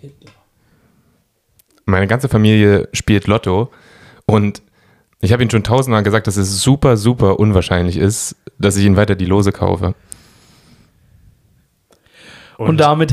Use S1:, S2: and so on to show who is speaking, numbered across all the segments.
S1: Hitler.
S2: Meine ganze Familie spielt Lotto und ich habe ihnen schon tausendmal gesagt, dass es super, super unwahrscheinlich ist, dass ich ihnen weiter die Lose kaufe.
S1: Und, damit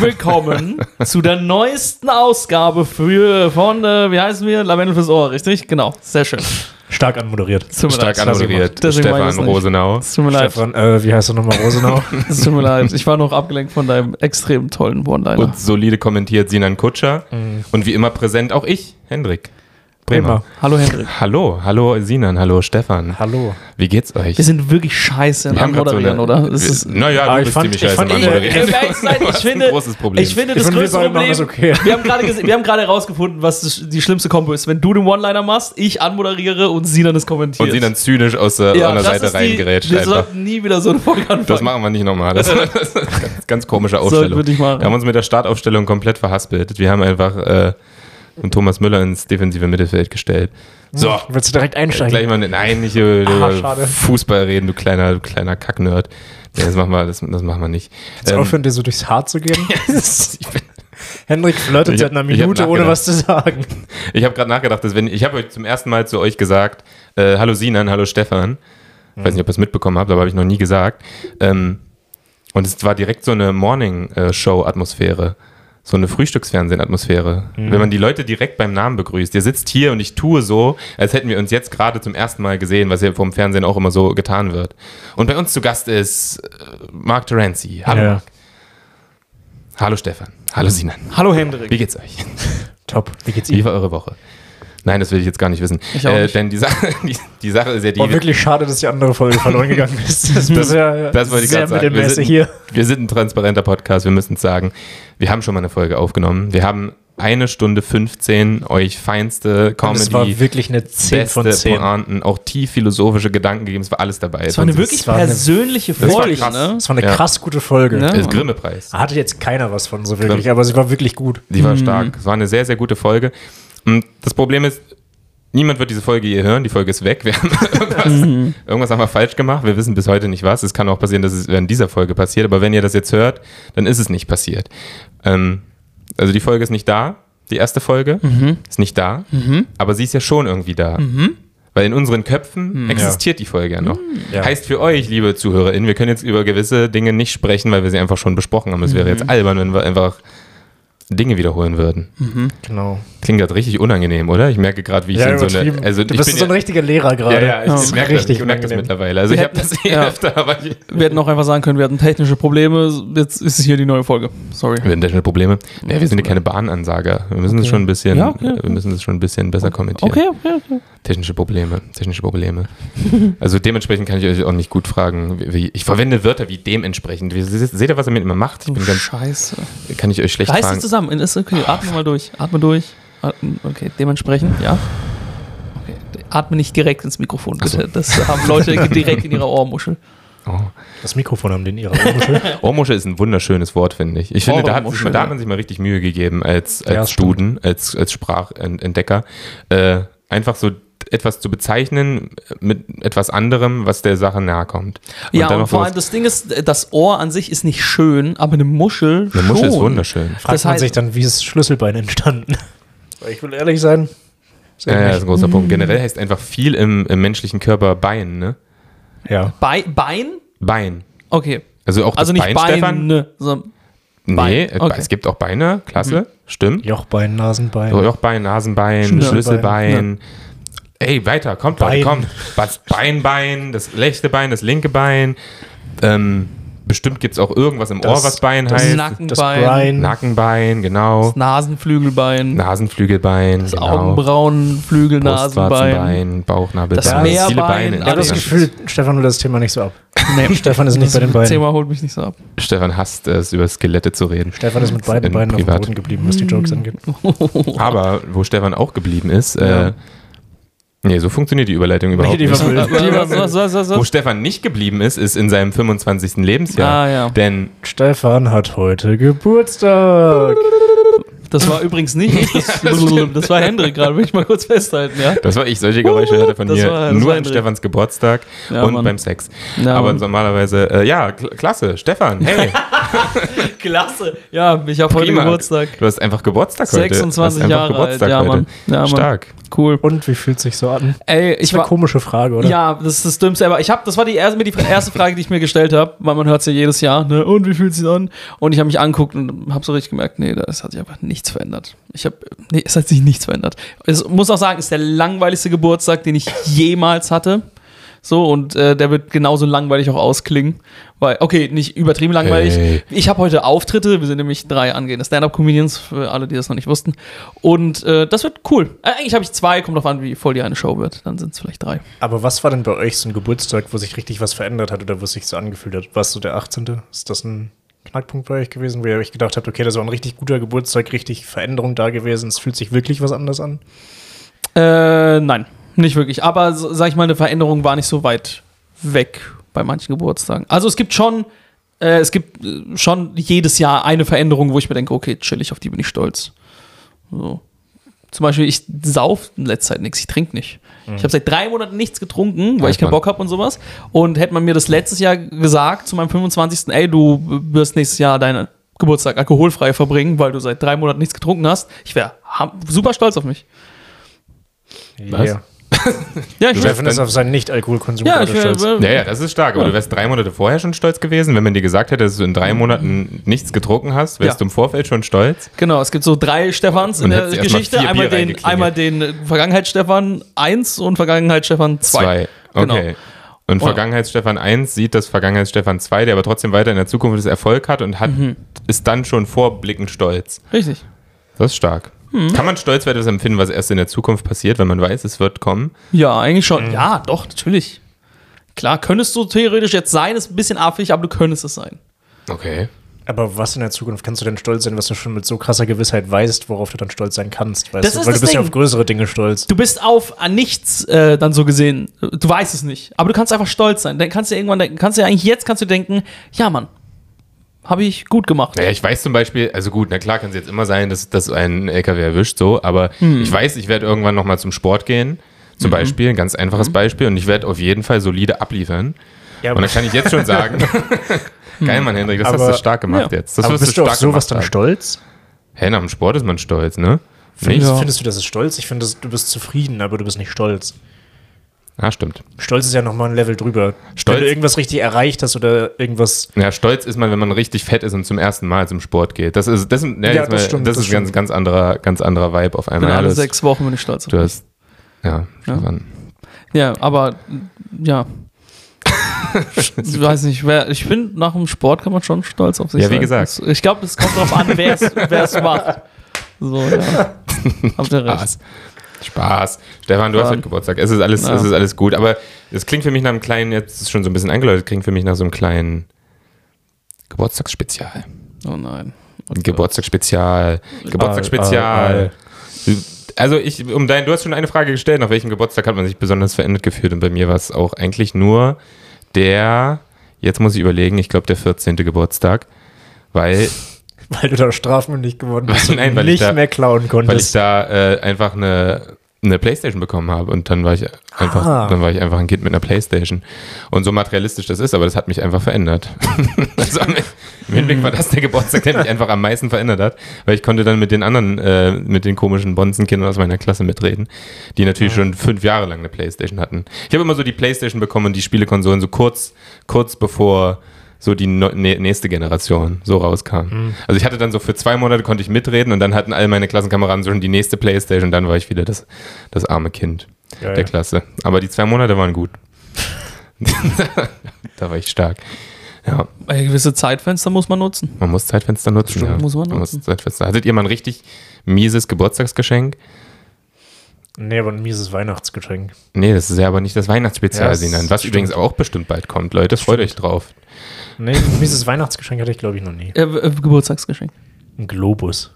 S1: willkommen zu der neuesten Ausgabe für, von, äh, wie heißen wir? Lavendel fürs Ohr, richtig? Genau, sehr schön.
S3: Stark anmoderiert.
S1: Tut mir
S2: Stark
S1: leid.
S2: anmoderiert.
S1: Deswegen mag ich
S2: Stefan
S1: es nicht.
S2: Rosenau.
S1: Es tut mir leid,
S3: Stefan, äh, wie heißt du nochmal Rosenau?
S1: es tut mir leid. Ich war noch abgelenkt von deinem extrem tollen One-Liner.
S2: Und solide kommentiert Sinan Kutscher.
S1: Mhm.
S2: Und wie immer präsent auch ich, Hendrik. Bremer.
S1: Hallo Hendrik.
S2: Hallo, hallo Sinan, hallo Stefan.
S3: Hallo.
S2: Wie geht's euch?
S1: Wir sind wirklich scheiße im
S2: grad
S1: Anmoderieren, oder? Es ist, Ah,
S2: naja,
S3: Aber
S2: du
S3: ich
S2: bist
S3: fand-
S2: ziemlich
S3: ich
S2: scheiße
S3: fand-
S2: im
S3: ich-
S2: Anmoderieren.
S1: ich, ich, ich,
S2: Das ist ein
S1: finde,
S2: großes Problem.
S1: ich finde
S3: Ich
S1: das
S3: finde, wir
S1: größte
S3: beide machen
S1: Problem.
S3: das okay.
S1: Wir haben gerade ges- wir haben gerade herausgefunden, was das, die schlimmste Kombo ist. Wenn du den One-Liner machst, ich anmoderiere und Sinan es kommentiert.
S2: Und sie dann zynisch aus der,
S1: ja,
S2: Also an der
S1: das
S2: Seite
S1: ist die-
S2: reingerätscht.
S1: Wir
S2: einfach.
S1: sollten nie wieder so eine Folge anfangen.
S2: Das machen wir nicht nochmal. Das, das ist eine ganz, ganz komische Aufstellung.
S1: würde ich machen.
S2: Wir haben uns mit der Startaufstellung komplett verhaspelt. Wir haben einfach äh, den Thomas Müller ins defensive Mittelfeld gestellt. So,
S3: Willst du direkt
S2: gleich
S3: einsteigen?
S2: mal. Nein, nicht über
S3: Ah,
S2: über
S3: Hm. schade.
S2: Fußball reden, du kleiner, du kleiner Kacknerd. Nee, das machen wir, das, das machen wir nicht.
S3: Jetzt aufhören, dir so durchs Haar zu gehen?
S2: ich bin-
S3: Hendrik flirtet
S2: Ich hab-
S3: seit einer
S2: ich hab
S3: Minute, ohne
S2: nachgedacht.
S3: was zu sagen.
S2: ich habe gerade nachgedacht, dass wenn ich habe euch zum ersten Mal zu euch gesagt, äh, hallo Sinan, hallo Stefan. Ich weiß nicht, ob ihr es mitbekommen habt, aber habe ich noch nie gesagt. Ähm, und es war direkt so eine Morning-Show-Atmosphäre. So eine Frühstücksfernsehen-Atmosphäre. Wenn man die Leute direkt beim Namen begrüßt. Ihr sitzt hier und ich tue so, als hätten wir uns jetzt gerade zum ersten Mal gesehen, was ja vom Fernsehen auch immer so getan wird. Und bei uns zu Gast ist äh, Mark Terenzi. Hallo.
S3: Ja.
S2: Mark. Hallo Stefan. Hallo Sinan.
S1: Hallo Hendrik.
S2: Wie geht's euch?
S3: Top. Wie geht's
S2: Wie war eure Woche? Nein, das will ich jetzt gar nicht wissen.
S1: Ich auch
S2: äh,
S1: nicht.
S2: Denn die, Sa die, die Sache ist ja die.
S3: War Oh, wirklich schade, dass die andere Folge verloren gegangen ist. Das, ist ja
S2: das wollte ich
S3: sehr
S2: gerade sagen. Wir
S3: mittelmäßig
S2: sind-
S3: hier.
S2: Wir sind ein transparenter Podcast, wir müssen es sagen. Wir haben schon mal eine Folge aufgenommen. Wir haben eine Stunde 15 euch feinste
S3: Und es war
S2: Comedy,
S3: wirklich eine 10 von
S2: beste
S3: 10.
S2: Pointen, auch tief philosophische Gedanken gegeben. Es war alles dabei.
S1: Das war eine
S2: Sonst
S1: wirklich
S3: war eine-
S1: persönliche
S2: war
S1: Folge,
S2: krass.
S1: ne?
S3: Das war eine
S2: Ja.
S3: krass gute Folge.
S1: Ne?
S2: ist, ist Grimme-Preis.
S3: Da hatte jetzt keiner was von so wirklich, aber sie war wirklich gut.
S2: Die war stark. Es war eine sehr, sehr gute Folge. Und das Problem ist, niemand wird diese Folge hier hören. Die Folge ist weg. Wir haben irgendwas, irgendwas haben wir falsch gemacht. Wir wissen bis heute nicht was. Es kann auch passieren, dass es während dieser Folge passiert. Aber wenn ihr das jetzt hört, dann ist es nicht passiert. Ähm, also die Folge ist nicht da. Die erste Folge ist nicht da. Aber sie ist ja schon irgendwie da. Weil in unseren Köpfen existiert die Folge ja noch.
S3: Ja.
S2: Heißt für euch, liebe ZuhörerInnen, wir können jetzt über gewisse Dinge nicht sprechen, weil wir sie einfach schon besprochen haben. Es wäre jetzt albern, wenn wir einfach Dinge wiederholen würden.
S3: Genau.
S2: Klingt gerade richtig unangenehm, oder? Ich merke gerade, wie ich in so
S3: übertrieben.
S2: eine. Also
S3: du
S2: ich
S3: bist
S2: bin
S3: so ein richtiger Lehrer
S2: ja,
S3: gerade.
S2: ja, ich,
S1: Ja.
S2: ich merke das,
S3: Richtig
S2: ich merke das
S3: unangenehm.
S2: mittlerweile. Also
S1: Wir
S2: ich habe
S1: hätten-
S2: das eh
S1: ja.
S2: öfter, aber ich,
S1: Ne? Wir hätten auch einfach sagen können, wir hatten technische Probleme. Jetzt ist hier die neue Folge. Sorry.
S2: wir hatten da schnell Probleme. Nee, wir sind ja keine Bahnansager. Wir müssen das schon ein bisschen,
S1: Ja, okay, okay.
S2: wir müssen das schon ein bisschen besser kommentieren.
S1: Okay, okay, okay.
S2: Technische Probleme, technische Probleme. also dementsprechend kann ich euch auch nicht gut fragen. wie- Wie, ich verwende Wörter wie dementsprechend. Wie, seht ihr, was er mit mir macht? Ich bin ganz,
S1: Scheiße.
S2: kann ich euch schlecht
S1: Reiß dich
S2: fragen.
S1: zusammen. Ist okay. Atme mal durch. Atme durch. Atme, okay, dementsprechend, ja. Okay. Atme nicht direkt ins Mikrofon, bitte. Das haben Leute direkt in ihrer Ohrmuschel.
S3: Das Mikrofon haben den ihrer Ohrmuschel.
S2: Ohrmuschel ist ein wunderschönes Wort, finde ich. Ich finde, da hat, sich,
S1: Ohrmuschel,
S2: da hat
S1: ja.
S2: man sich mal richtig Mühe gegeben als, als
S3: Ja, stimmt.
S2: Duden, als, als Sprachentdecker, äh, einfach so etwas zu bezeichnen mit etwas anderem, was der Sache nahe kommt.
S1: ja, und
S2: noch
S1: vor
S2: sowas-
S1: allem das Ding ist, das Ohr an sich ist nicht schön, aber eine Muschel
S2: eine Muschel ist
S1: schon.
S2: wunderschön.
S3: Fragt
S1: Das
S3: man
S1: heißt-
S3: sich dann, wie ist Schlüsselbein entstanden? also Weil ich will ehrlich sein.
S2: Ja, ja, das ist ein großer Punkt. Generell heißt einfach viel im, im menschlichen Körper Bein, ne?
S3: ja.
S1: Bei, Bein?
S2: Bein.
S1: Okay.
S2: Also auch
S1: Also
S2: das
S1: nicht
S2: Bein, Stefan?
S1: Beine, sondern
S2: Nee,
S1: Bein.
S2: äh,
S1: Okay. Mhm.
S2: es gibt auch Beine, klasse, stimmt.
S3: Jochbein, Nasenbein.
S2: So, Jochbein, Nasenbein,
S3: Schnürbein.
S2: Schlüsselbein. Ey, weiter, kommt, Leute,
S3: Bein.
S2: kommt. Was Beinbein, das rechte Bein, das linke Bein. Ähm, bestimmt gibt es auch irgendwas im
S3: Das-
S2: Ohr, was Bein
S3: das-
S2: heißt.
S1: Nackenbein.
S3: Das Bein.
S2: Nackenbein, genau.
S1: das Nasenflügelbein,
S2: Nasenflügelbein,
S1: das
S2: genau.
S1: Augenbrauenflügel, Nasenbein.
S2: Brustwarzenbein, Bauchnabelbein.
S1: Das
S3: Meerbein,
S2: viele Beine.
S3: ich habe das
S1: alles.
S3: Gefühl, Stefan will das Thema nicht so ab.
S1: Nee,
S3: Stefan ist nicht bei den beiden.
S1: Thema holt mich nicht so ab.
S2: Stefan hasst es, über Skelette zu reden.
S3: Stefan ist mit beiden
S2: In
S3: Beinen auf
S2: privat.
S3: dem Boden geblieben, was die
S1: Mm.
S3: Jokes angeht.
S2: Aber wo Stefan auch geblieben ist,
S3: Ja.
S2: äh, nee, so funktioniert die Überleitung überhaupt
S3: die war
S2: nicht.
S3: blöd.
S1: so, so, so,
S2: Wo
S1: so.
S2: Stefan nicht geblieben ist, ist in seinem 25. Lebensjahr.
S1: Ah, ja.
S2: Denn
S3: Stefan hat heute Geburtstag.
S1: Das war übrigens nicht ich, das, das war Hendrik gerade, will ich mal kurz festhalten, ja?
S2: das war ich, solche Geräusche hörte von
S1: Uh, Das
S2: mir
S1: war- das
S2: nur
S1: war
S2: an
S1: Hendrik.
S2: Stefans Geburtstag
S1: Ja,
S2: und
S1: Mann.
S2: beim Sex.
S1: Ja,
S2: Aber
S1: Mann.
S2: normalerweise, äh, ja, kl- klasse, Stefan, hey.
S4: Klasse.
S1: Ja, ich habe heute
S2: Prima.
S1: Geburtstag.
S2: Du hast einfach Geburtstag heute. Du hast
S1: 26
S2: einfach
S1: Jahre alt. Ja, Mann. Ja, Mann.
S2: Stark.
S1: Cool.
S3: Und wie fühlt sich so an?
S1: Ey,
S3: Ist
S1: ich
S3: eine
S1: war.
S3: komische Frage, oder?
S1: Ja, das ist das Dümmste ever. Ich hab, das war die erste, mir die erste Frage, die ich mir gestellt habe, weil man hört es ja jedes Jahr, ne? Und wie fühlt es sich an? Und ich habe mich angeguckt und habe so richtig gemerkt, nee, das hat sich einfach nichts verändert. Ich habe, nee, es hat sich nichts verändert. Es muss auch sagen, ist der langweiligste Geburtstag, den ich jemals hatte. So, und äh, der wird genauso langweilig auch ausklingen. Weil, okay, nicht übertrieben langweilig.
S2: Hey.
S1: Ich habe heute Auftritte, wir sind nämlich drei angehende Stand-Up-Comedians, für alle, die das noch nicht wussten. Und äh, das wird cool. Äh, Eigentlich habe ich zwei, kommt drauf an, wie voll die eine Show wird. Dann sind es vielleicht drei.
S3: Aber was war denn bei euch so ein Geburtstag, wo sich richtig was verändert hat oder wo es sich so angefühlt hat? Warst du der 18.? Ist das ein Knackpunkt bei euch gewesen, wo ihr euch gedacht habt, okay, das war ein richtig guter Geburtstag, richtig Veränderung da gewesen, es fühlt sich wirklich was anders an?
S1: Äh, nein, nicht wirklich. Aber so- sag ich mal, eine Veränderung war nicht so weit weg bei manchen Geburtstagen. Also es gibt schon, äh, es gibt äh, schon jedes Jahr eine Veränderung, wo ich mir denke, okay, chillig, auf die bin ich stolz. So. Zum Beispiel, ich sauf in letzter Zeit nichts, ich trinke nicht. Ich habe seit drei Monaten nichts getrunken, weil
S2: Ja,
S1: ich keinen
S2: Mann.
S1: Bock habe und sowas. Und hätte man mir das letztes Jahr gesagt, zu meinem 25. Ey, du wirst nächstes Jahr deinen Geburtstag alkoholfrei verbringen, weil du seit drei Monaten nichts getrunken hast, ich wäre super stolz auf mich.
S2: Was?
S3: Ja.
S1: Ja, ich
S3: Steffen ist auf seinen Nicht-Alkoholkonsum
S1: Ja,
S3: gerade
S1: ich
S3: stolz.
S1: will.
S2: Ja, ja, das ist stark. Aber
S1: Ja.
S2: du wärst drei Monate vorher schon stolz gewesen, wenn man dir gesagt hätte, dass du in drei Monaten nichts getrunken hast, wärst
S1: Ja.
S2: du im Vorfeld schon stolz.
S1: Genau, es gibt so drei Stefans in
S2: Man
S1: der
S2: hätte sie erst mal
S1: Geschichte.
S2: vier
S1: Einmal
S2: Bier
S1: den,
S2: reingeknallt.
S1: einmal den Vergangenheitsstefan 1 und Vergangenheitsstefan 2.
S2: Okay.
S1: Genau.
S2: Und
S1: Wow.
S2: Vergangenheitsstefan 1 sieht das Vergangenheitsstefan 2, der aber trotzdem weiter in der Zukunft das Erfolg hat und hat,
S1: Mhm.
S2: ist dann schon vorblickend stolz.
S1: Richtig.
S2: Das ist stark.
S1: Mhm.
S2: Kann man stolz werden, das empfinden, was erst in der Zukunft passiert, wenn man weiß, es wird kommen?
S1: Ja, eigentlich
S2: Mhm.
S1: schon. Ja, doch, natürlich. Klar, könntest du theoretisch jetzt sein, ist ein bisschen affig, aber du könntest es sein.
S2: Okay.
S3: Aber was in der Zukunft kannst du denn stolz sein, was du schon mit so krasser Gewissheit weißt, worauf du dann stolz sein kannst? Weißt
S1: Das
S3: du?
S1: ist
S3: Weil
S1: das
S3: du bist ja
S1: Ding.
S3: auf größere Dinge stolz.
S1: Du bist auf an nichts äh, dann so gesehen. Du weißt es nicht. Aber du kannst einfach stolz sein. Dann kannst du irgendwann denken, kannst du ja eigentlich jetzt kannst du denken, ja, Mann, habe ich gut gemacht.
S2: Naja, ich weiß zum Beispiel, also gut, na klar kann es jetzt immer sein, dass, dass ein LKW erwischt, so, aber
S1: Mhm.
S2: ich weiß, ich werde irgendwann nochmal zum Sport gehen, zum Beispiel, ein ganz
S1: Mhm.
S2: einfaches Beispiel, und ich werde auf jeden Fall solide abliefern.
S3: Ja,
S2: Und dann kann ich jetzt schon sagen, geil, Mann, Hendrik, das hast
S3: Aber-
S2: du stark gemacht
S1: Mhm. Ja.
S2: jetzt. Das
S3: aber
S2: wirst
S3: bist du auf sowas dann
S2: gemacht haben.
S3: stolz?
S2: Hey, nach dem Sport ist man stolz, ne? Nicht?
S1: Ja.
S3: Findest du, das ist stolz? Ich finde, das- du bist zufrieden, aber du bist nicht stolz.
S2: Ah, stimmt.
S3: Stolz ist ja nochmal ein Level drüber.
S2: Stolz-
S3: Wenn du irgendwas richtig erreicht hast oder irgendwas.
S2: Ja, stolz ist man, wenn man richtig fett ist und zum ersten Mal zum Sport geht. Das ist, das, ja, jetzt
S3: das
S2: mal,
S3: stimmt,
S2: das
S3: das
S2: ist ganz,
S3: stimmt.
S2: ganz anderer, ganz anderer Vibe auf
S1: Bin
S2: einmal.
S1: alle
S2: Alles-
S1: sechs Wochen bin ich stolz. auf
S2: Du
S1: mich.
S2: hast, ja, Stefan.
S1: Ja, aber ja. ich weiß nicht, wer, ich bin nach dem Sport kann man schon stolz auf sich
S2: Ja, wie
S1: sein.
S2: gesagt.
S1: Ich glaube, es kommt darauf an, wer es- wer es macht. So, ja. Habt ihr recht.
S2: Spaß. Spaß. Stefan, du hast
S1: Mann.
S2: heute Geburtstag. Es ist alles,
S1: Ja.
S2: es ist alles gut. Aber es klingt für mich nach einem kleinen, jetzt ist es schon so ein bisschen angeläutet, klingt für mich nach so einem kleinen Geburtstagsspezial.
S1: Oh nein.
S2: Ein Geburtstagsspezial.
S3: Ah,
S2: Geburtstagsspezial. Äh, Also ich, um dein, du hast schon eine Frage gestellt, nach welchem Geburtstag hat man sich besonders verändert gefühlt? Und bei mir war es auch eigentlich nur der, jetzt muss ich überlegen, ich glaube der 14. Geburtstag. Weil
S3: Weil du da strafmündig geworden bist
S2: Nein,
S3: und
S2: weil ich
S3: nicht
S2: da-
S3: mehr klauen
S2: weil ich
S3: konntest.
S2: da äh, einfach eine, eine Playstation bekommen habe und dann war ich einfach,
S3: Ah.
S2: dann war ich einfach ein Kind mit einer Playstation. Und so materialistisch das ist, aber das hat mich einfach verändert. also am- im Hinblick war das der Geburtstag, der mich einfach am meisten verändert hat, weil ich konnte dann mit den anderen, äh, mit den komischen Bonzenkindern aus meiner Klasse mitreden, die natürlich schon fünf Jahre lang eine Playstation hatten. Ich habe immer so die Playstation bekommen und die Spielekonsolen so kurz, kurz bevor so die neu- nä- nächste Generation so rauskam.
S3: Mhm.
S2: Also ich hatte dann so für zwei Monate konnte ich mitreden und dann hatten all meine Klassenkameraden schon die nächste Playstation und dann war ich wieder das, das arme Kind
S3: Ja,
S2: der
S3: ja.
S2: Klasse. Aber die zwei Monate waren gut. da war ich stark. Ja,
S1: Ein gewisse Zeitfenster muss man nutzen.
S2: man muss Zeitfenster nutzen.
S1: Stimmt,
S2: ja.
S1: muss man nutzen.
S2: Zeitfenster. Hattet ihr mal ein richtig mieses Geburtstagsgeschenk?
S3: Nee, aber ein mieses Weihnachtsgeschenk.
S2: Nee, das ist ja aber nicht das Weihnachtsspezial,
S3: Ja, das
S2: Sinan, was
S3: stimmt.
S2: übrigens auch bestimmt bald kommt. Leute, freut euch drauf.
S3: Nee, ein mieses Weihnachtsgeschenk hatte ich, glaube ich, noch nie.
S1: Äh, äh, Geburtstagsgeschenk.
S3: Ein Globus.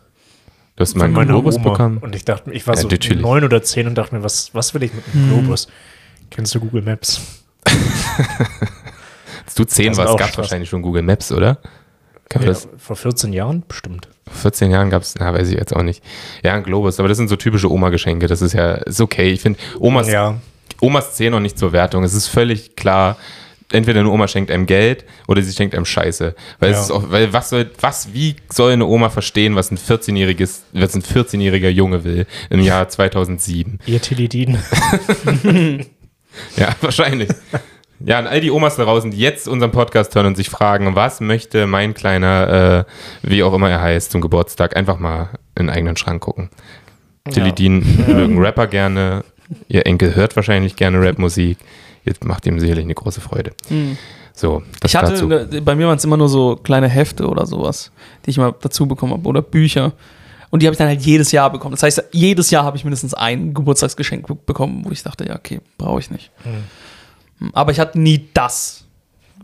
S2: Du hast mal einen
S3: meiner
S2: Globus
S3: Oma.
S2: bekommen.
S3: Und ich dachte, ich war
S2: Ja,
S3: so
S2: natürlich.
S3: neun oder zehn und dachte mir, was, was will ich mit einem Globus? Kennst du Google Maps?
S2: Als du zehn
S3: Das war
S2: warst,
S3: auch
S2: gab es
S3: Spaß.
S2: wahrscheinlich schon Google Maps, oder? Gab
S3: Ja,
S2: das,
S3: vor 14 Jahren? Bestimmt.
S2: vor 14 Jahren gab es, na, weiß ich jetzt auch nicht. Ja, ein Globus, aber das sind so typische Oma-Geschenke. Das ist ja, ist okay. Ich finde Omas,
S3: Ja.
S2: Omas zählen noch nicht zur Wertung. Es ist völlig klar, entweder eine Oma schenkt einem Geld oder sie schenkt einem Scheiße. Weil, es
S3: Ja.
S2: ist auch, weil was soll, was, wie soll eine Oma verstehen, was ein 14-jähriges, was ein 14-jähriger Junge will im Jahr 2007?
S3: Ihr Tilidin.
S2: Ja, wahrscheinlich. Ja, und all die Omas da draußen, die jetzt unseren Podcast hören und sich fragen, was möchte mein kleiner, äh, wie auch immer er heißt, zum Geburtstag, einfach mal in den eigenen Schrank gucken. Tilly Dean mögen Rapper gerne, ihr Enkel hört wahrscheinlich gerne Rapmusik. Jetzt macht ihm sicherlich eine große Freude. So, das
S1: Mhm. Ich hatte,
S2: dazu.
S1: eine, bei mir waren es immer nur so kleine Hefte oder sowas, die ich mal dazu bekommen habe oder Bücher. Und die habe ich dann halt jedes Jahr bekommen. Das heißt, jedes Jahr habe ich mindestens ein Geburtstagsgeschenk be- bekommen, wo ich dachte, ja, okay, brauche ich nicht.
S2: Hm.
S1: Hm, Aber ich hatte nie das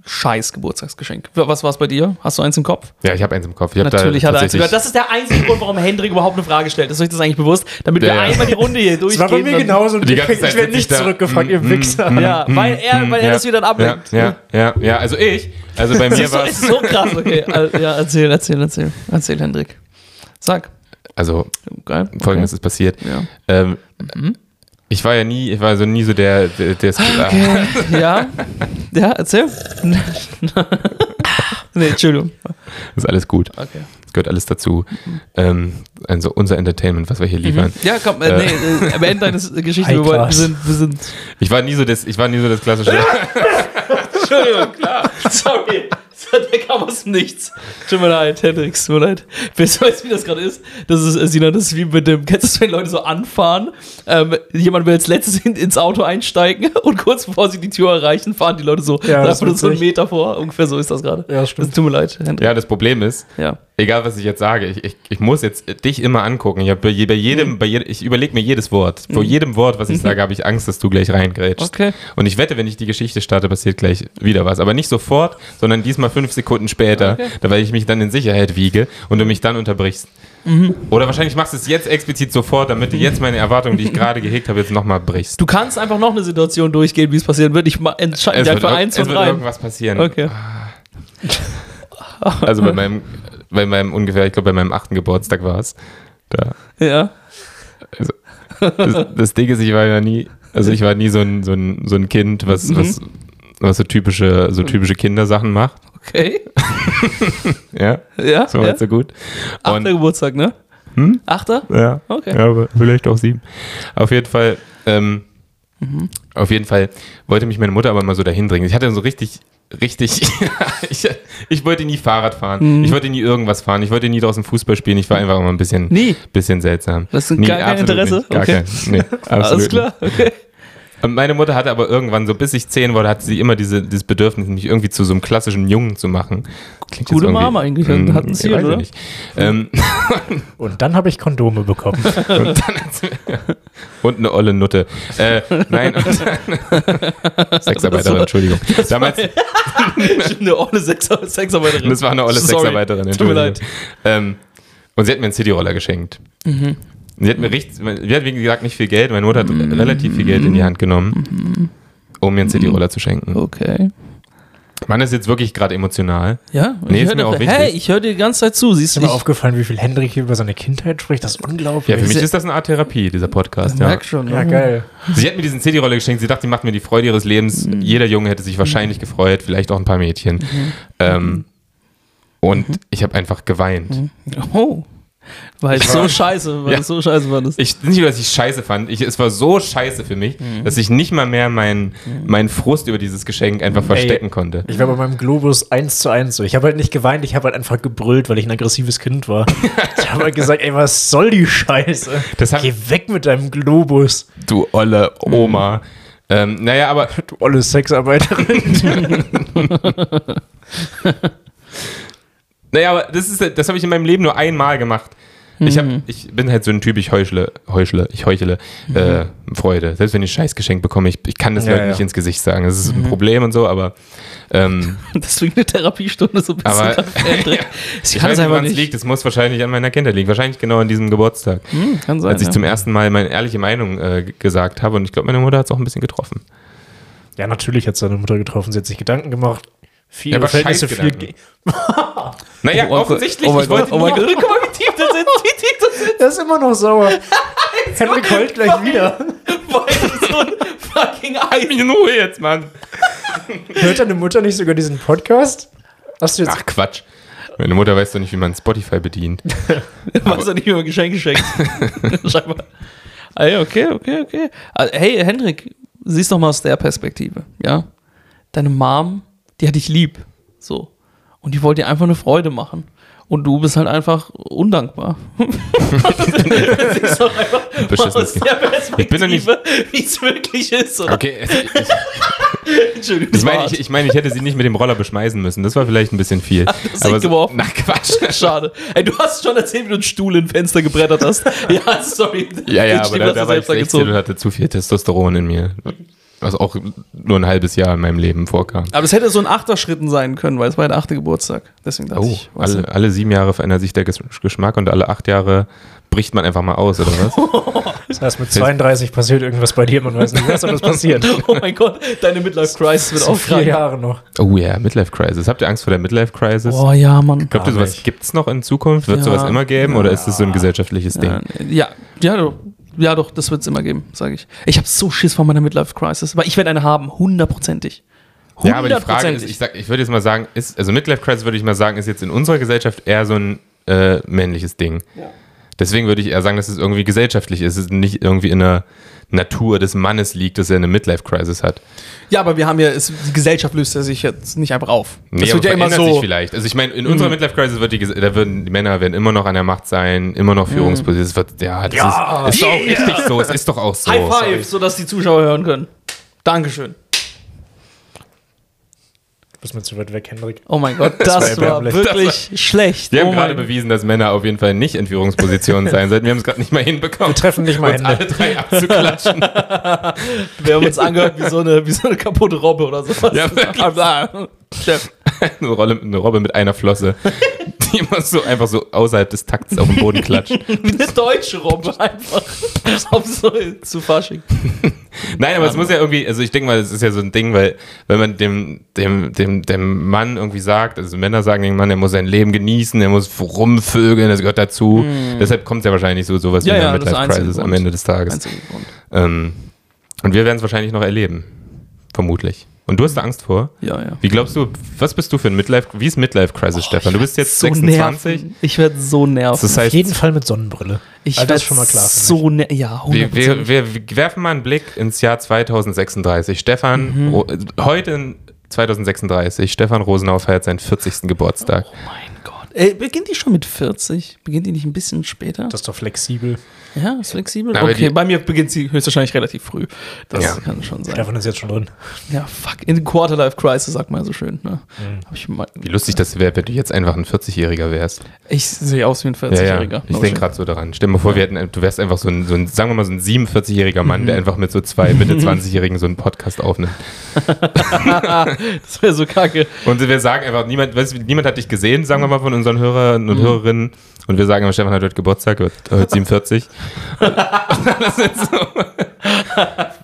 S1: scheiß Geburtstagsgeschenk. Was war es bei dir? Hast du eins im Kopf?
S2: ja, ich habe eins im Kopf. Ich hab
S1: Natürlich
S2: da
S1: hat er eins. im
S2: tatsächlich-
S1: Kopf. Das ist der einzige Grund, warum Hendrik überhaupt eine Frage stellt. Ist euch das eigentlich bewusst? Damit wir
S2: Ja, ja.
S1: einmal die Runde hier
S3: Das
S1: durchgehen.
S3: war bei mir genau
S1: dann-
S3: genauso.
S2: Die ganze
S3: ich
S2: Zeit
S3: werde
S2: sitz ich
S3: nicht
S2: da.
S3: zurückgefragt, ihr
S2: Mm, mm,
S3: Wichser.
S1: Ja,
S2: Hm,
S1: weil er, weil er das wieder ablenkt.
S2: Ja, ja, ja, ja, also ich, also bei mir
S1: so,
S2: war
S1: ist
S2: es,
S1: so krass, okay. Al- Ja, erzähl, erzähl, erzähl. Erzähl, Hendrik. Sag.
S2: also
S1: Geil.
S2: folgendes ist passiert.
S1: Ja.
S2: Ähm, Ich war ja nie, ich war also nie so der, der, der ah,
S1: Okay. ja. Ja, erzähl. nee, Entschuldigung.
S2: ist alles gut.
S1: Okay.
S2: Das gehört alles dazu. Ähm, also unser Entertainment, was wir hier liefern.
S1: Ja, komm, äh, nee, äh, am Ende deines Geschichte, wir,
S3: High
S1: wollten- wir
S3: class.
S1: sind, wir sind.
S2: Ich war nie so das, ich war nie so das klassische.
S1: Entschuldigung, klar. Sorry. Der kam aus dem Nichts. Tut mir leid, Hendrik, tut mir leid. Weißt du, weißt, wie das gerade ist? Das ist, äh, Sina, das ist wie mit dem, kennst du das, wenn Leute so anfahren? Ähm, jemand will als letztes in, ins Auto einsteigen und kurz bevor sie die Tür erreichen, fahren die Leute so,
S3: Ja,
S1: da
S3: das ist
S1: einfach nur so einen
S3: witzig.
S1: Meter vor. Ungefähr so ist das gerade.
S3: Ja, das stimmt.
S1: Das tut mir leid, Hendrik.
S2: ja, das Problem ist,
S1: Ja.
S2: egal was ich jetzt sage, ich, ich, ich muss jetzt dich immer angucken. Ich, hab bei je- bei jedem,
S1: Mhm.
S2: bei je, ich überlege mir jedes Wort. Vor jedem Wort, was ich sage, habe ich Angst, dass du gleich reingrätschst.
S1: Okay.
S2: Und ich wette, wenn ich die Geschichte starte, passiert gleich wieder was. Aber nicht sofort, sondern diesmal fünf Sekunden später, da weil ich mich dann in Sicherheit wiege und du mich dann unterbrichst.
S1: Mhm.
S2: Oder wahrscheinlich machst du es jetzt explizit sofort, damit du jetzt meine Erwartungen, die ich gerade gehegt habe, jetzt nochmal brichst.
S1: Du kannst einfach noch eine Situation durchgehen, wie es passieren wird. Ich ma- entscheide
S2: Es
S1: mich
S2: wird,
S1: einfach
S2: irg-
S1: eins
S2: es
S1: und
S2: wird
S1: rein.
S2: irgendwas passieren.
S1: Okay.
S2: Also bei meinem, bei meinem ungefähr, ich glaube bei meinem achten Geburtstag war es. Da.
S1: Ja.
S2: Das, das Ding ist, ich war ja nie, also ich war nie so ein, so ein, so ein Kind, was,
S1: Mhm.
S2: was, was so typische, so typische Kindersachen macht.
S1: Okay.
S2: Ja,
S1: Ja.
S2: so
S1: ja.
S2: weit, so gut.
S1: Achter
S2: Und,
S1: Geburtstag, ne?
S2: Hm?
S1: Achter?
S2: ja,
S1: Okay.
S2: ja, aber vielleicht auch sieben. Auf jeden Fall, ähm,
S1: Mhm.
S2: auf jeden Fall wollte mich meine Mutter aber mal so dahin dringen. Ich hatte so richtig, richtig, ich, ich wollte nie Fahrrad
S1: Mhm.
S2: fahren, ich wollte nie irgendwas fahren, ich wollte nie draußen Fußball spielen, ich war einfach immer ein bisschen,
S1: Nie.
S2: bisschen seltsam.
S1: Das ist gar kein
S2: absolut
S1: Interesse?
S2: Nicht, gar
S1: Okay.
S2: kein, nee, absolut
S1: Alles
S2: nicht.
S1: klar. Okay.
S2: Und meine Mutter hatte aber irgendwann, so bis ich zehn wurde, hatte sie immer diese, dieses Bedürfnis, mich irgendwie zu so einem klassischen Jungen zu machen. Klingt jetzt
S1: Gute
S2: irgendwie-
S1: Mama eigentlich,
S2: Mm,
S1: hatten sie,
S2: weiß ich
S1: oder?
S2: nicht. Ähm,
S3: Und dann habe ich Kondome bekommen.
S2: und eine olle Nutte. Äh, nein, und Sexarbeiterin, Entschuldigung. Damals,
S1: eine olle Sex Sexarbeiterin.
S2: das war eine olle
S1: Sorry.
S2: Sexarbeiterin,
S1: Tut mir leid.
S2: Ähm, und sie hat mir einen City-Roller geschenkt.
S1: Mhm.
S2: Sie hat mir richtig, sie hat wie gesagt nicht viel Geld, meine Mutter hat relativ viel Geld in die Hand genommen,
S1: Mhm.
S2: um mir einen City-Roller zu
S1: Oh.
S2: schenken.
S1: Okay.
S2: Man ist jetzt wirklich gerade emotional.
S1: Ja,
S2: Nee, ist
S1: hör
S2: mir
S1: doch-
S2: auch wichtig.
S1: Hey, ich höre dir die ganze Zeit zu. Siehst
S3: Ist
S1: du,
S3: dir mal
S1: ich
S3: aufgefallen, wie viel Hendrik hier über seine Kindheit spricht? Das ist unglaublich.
S2: Ja, für mich ist das eine Art Therapie, dieser Podcast. Ja.
S1: merk schon.
S3: ja
S1: ne?
S3: geil.
S2: Sie hat mir diesen CD-Roller geschenkt. Sie dachte, sie macht mir die Freude ihres Lebens. Jeder Junge hätte sich wahrscheinlich gefreut, vielleicht auch ein paar Mädchen. Ähm, und ich habe einfach geweint.
S1: Oh. Weil es so scheiße war.
S2: Ja.
S1: So scheiße war das.
S2: Ich, nicht nur, dass ich scheiße fand, ich, es war so scheiße für mich, dass ich nicht mal mehr meinen meinen Frust über dieses Geschenk einfach verstecken konnte.
S3: Ich war bei meinem Globus eins zu eins so. Ich habe halt nicht geweint, ich habe halt einfach gebrüllt, weil ich ein aggressives Kind war. ich habe halt gesagt, ey, was soll die Scheiße?
S2: Das hab-
S3: Geh weg mit deinem Globus,
S2: Du olle Oma. Ähm, naja, aber
S3: du olle Sexarbeiterin.
S2: Naja, aber das ist, das habe ich in meinem Leben nur einmal gemacht. Ich, hab,
S1: Mhm.
S2: ich bin halt so ein Typ, ich heuchle, heuchle, ich heuchle äh, Freude. Selbst wenn ich ein Scheißgeschenk bekomme, ich, ich kann das
S3: Ja,
S2: Leuten
S3: ja.
S2: nicht ins Gesicht sagen. Das ist ein
S1: Mhm.
S2: Problem und so, aber ähm,
S1: Deswegen eine Therapiestunde so ein bisschen.
S2: Aber-
S1: dran verändert. Ich
S2: ich
S1: kann
S2: weiß
S1: es
S2: nicht,
S1: einfach
S2: woran es
S1: nicht.
S2: liegt. Es muss wahrscheinlich an meiner Kindheit liegen. Wahrscheinlich genau an diesem Geburtstag,
S1: Hm, kann sein.
S2: als ich
S1: ja.
S2: zum ersten Mal meine ehrliche Meinung äh, g- gesagt habe. Und ich glaube, meine Mutter hat es auch ein bisschen getroffen.
S3: ja, natürlich hat seine Mutter getroffen, sie hat sich Gedanken gemacht. Viel
S2: Ja, aber
S3: Verhältnisse, viel.
S2: Scheißgedanken. Naja,
S1: Oh mein Gott,
S2: offensichtlich.
S1: Oh mein
S2: ich wollte
S1: Gott, oh mein
S2: nur-
S1: Gott. Guck mal, wie tief das ist. Wie tief das ist.
S3: Er ist immer noch sauer. Hendrik heult gleich wieder.
S1: Weil du so ein fucking Ei
S2: In Ruhe jetzt, Mann.
S3: Hört deine Mutter nicht sogar diesen Podcast? Hast du jetzt.
S2: Ach Quatsch. Meine Mutter weiß doch nicht, wie man Spotify bedient.
S1: Weißt du nicht, wie man Geschenke schenkt. Scheinbar. Ah, ja, okay, okay, okay. Also, hey, Hendrik, siehst doch mal aus der Perspektive, ja? Deine Mom, die hat dich lieb, so. Und die wollte dir einfach eine Freude machen. Und du bist halt einfach undankbar. Siehst doch einfach mal aus
S2: Beschissenes
S1: der
S2: Ich bin doch nicht-
S1: Perspektive, wie es wirklich ist. Oder?
S2: Okay, ich, ich,
S1: Entschuldigung,
S2: ich meine,
S1: das
S2: ich, ich, meine, ich hätte sie nicht mit dem Roller beschmeißen müssen. Das war vielleicht ein bisschen viel.
S1: hast du geworfen.
S2: na Quatsch.
S1: Schade. Ey, du hast schon erzählt, wie du einen Stuhl in ein Fenster gebrettert hast. Ja, sorry.
S2: Ja,
S1: Den
S2: ja, aber
S1: Stiefel
S2: da,
S1: hast du
S2: da war ich
S1: selbst
S2: 16
S1: angezogen.
S2: und hatte zu viel Testosteron in mir. Was auch nur ein halbes Jahr in meinem Leben vorkam.
S1: Aber es hätte so ein Achterschritten sein können, weil es war der achte Geburtstag. Deswegen dachte
S2: Oh,
S1: ich. was
S2: alle, alle sieben Jahre verändert sich der Ges- Geschmack und alle acht Jahre bricht man einfach mal aus, oder was?
S3: Das heißt, mit 32 passiert irgendwas bei dir, man weiß nicht, was alles passiert.
S1: denn? Oh mein Gott, deine Midlife Crisis wird
S3: So vier
S1: aufgreifen.
S3: Jahre noch.
S2: Oh ja, Midlife Crisis. Habt ihr Angst vor der Midlife Crisis?
S1: Oh ja, Mann.
S2: Glaubt ihr,
S3: Gar
S2: sowas
S3: nicht.
S2: gibt es noch in Zukunft? Wird
S1: Ja.
S2: sowas immer geben oder ist es so ein gesellschaftliches
S1: Ja,
S2: Ding?
S1: Äh, ja, ja, doch. ja, doch, das wird es immer geben, sage ich. Ich habe so Schiss vor meiner Midlife Crisis, weil ich werde eine haben, hundertprozentig.
S2: Ja, aber die Frage ist, ich, sag, ich würde jetzt mal sagen, ist, also Midlife Crisis würde ich mal sagen, ist jetzt in unserer Gesellschaft eher so ein äh, männliches Ding. Deswegen würde ich eher sagen, dass es irgendwie gesellschaftlich ist, es nicht irgendwie in der Natur des Mannes liegt, dass er eine Midlife Crisis hat.
S1: ja, aber wir haben ja, es, die Gesellschaft löst ja sich jetzt nicht einfach auf.
S2: Nee, aber verändert sich vielleicht. Also ich meine, in
S3: Mhm.
S2: unserer Midlife Crisis wird die, Ges- da würden die Männer werden immer noch an der Macht sein, immer noch Führungsposition. Es wird, ja, das
S3: Mhm. Ja,
S2: ist, ist doch auch richtig so. Es ist doch auch so.
S1: High Five, sodass die Zuschauer hören können. Dankeschön.
S3: Du bist mir zu weit weg, Hendrik.
S1: Oh mein Gott, das
S3: war
S1: war
S3: erbärmlich.
S1: wirklich schlecht.
S2: Wir
S1: oh
S2: haben
S1: mein
S2: gerade bewiesen, dass Männer auf jeden Fall nicht in Führungspositionen sein sollten. Wir haben es gerade nicht mal hinbekommen.
S3: Wir treffen nicht mal
S2: uns
S3: Hände.
S2: alle drei abzuklatschen.
S1: Wir haben uns angehört wie so eine, wie so eine kaputte Robbe oder sowas.
S2: Ja, wirklich.
S1: Aber- Chef.
S2: eine, Rolle, eine Robbe mit einer Flosse, die immer so einfach so außerhalb des Takts auf den Boden klatscht.
S1: Wie eine deutsche Robbe einfach. Auf so, zu faschig.
S2: Nein, aber es muss ja irgendwie, also ich denke mal, es ist ja so ein Ding, weil wenn man dem, dem, dem, dem Mann irgendwie sagt, also Männer sagen dem Mann, er muss sein Leben genießen, er muss rumvögeln, das gehört dazu. Deshalb kommt es ja wahrscheinlich so sowas
S1: Hm. Ja,
S2: wie
S1: ja,
S2: eine
S1: das ist der
S2: Midlife
S1: einzige
S2: Crisis am
S1: Grund.
S2: Ende des Tages.
S1: Einziger Grund.
S2: Ähm, und wir werden es wahrscheinlich noch erleben. Vermutlich. Und du hast da Angst vor?
S1: Ja, ja.
S2: Wie glaubst du, was bist du für ein Midlife, wie ist Midlife Crisis, Stefan? Du bist jetzt
S1: Oh, So
S2: 26.
S1: nerven. Ich werde so nerven.
S2: Das halt- heißt,
S3: Auf jeden Fall mit Sonnenbrille.
S1: Ich
S3: All
S1: werde
S3: das schon mal klar. finde ich.
S1: so nerven. Ja,
S2: Wir,
S1: 100%.
S2: wir, wir wir werfen mal einen Blick ins Jahr 2036. Stefan, Ro- heute in 2036, Stefan Rosenau feiert seinen 40. Geburtstag.
S1: Oh mein Gott. Ey, beginnt die schon mit 40? Beginnt die nicht ein bisschen später?
S3: Das ist doch flexibel.
S1: ja, ist flexibel.
S2: Aber
S1: okay,
S2: die-
S1: bei mir beginnt sie höchstwahrscheinlich relativ früh. Das
S2: Ja.
S1: kann schon sein.
S3: Davon ist jetzt schon drin.
S1: Ja, fuck. In Quarterlife-Crisis sagt man ja so schön. Ne? Hab ich mal,
S2: Mhm. Wie lustig das wäre, wenn du jetzt einfach ein 40-Jähriger wärst.
S1: Ich sehe aus wie ein
S2: Ja,
S1: 40-Jähriger.
S2: ja. Ich denke gerade so daran. Stell dir mal vor, wir hätten, du wärst einfach so ein, so ein sagen wir mal, so ein 47-Jähriger Mann, der einfach mit so zwei Mitte-20-Jährigen so einen Podcast aufnimmt.
S1: Das wäre so kacke.
S2: Und wir sagen einfach, niemand, weißt, du, niemand hat dich gesehen, sagen wir mal, von unseren Hörern
S1: Mhm.
S2: und Hörerinnen. Und wir sagen immer, Stefan hat heute Geburtstag, wird heute 47. das ist so.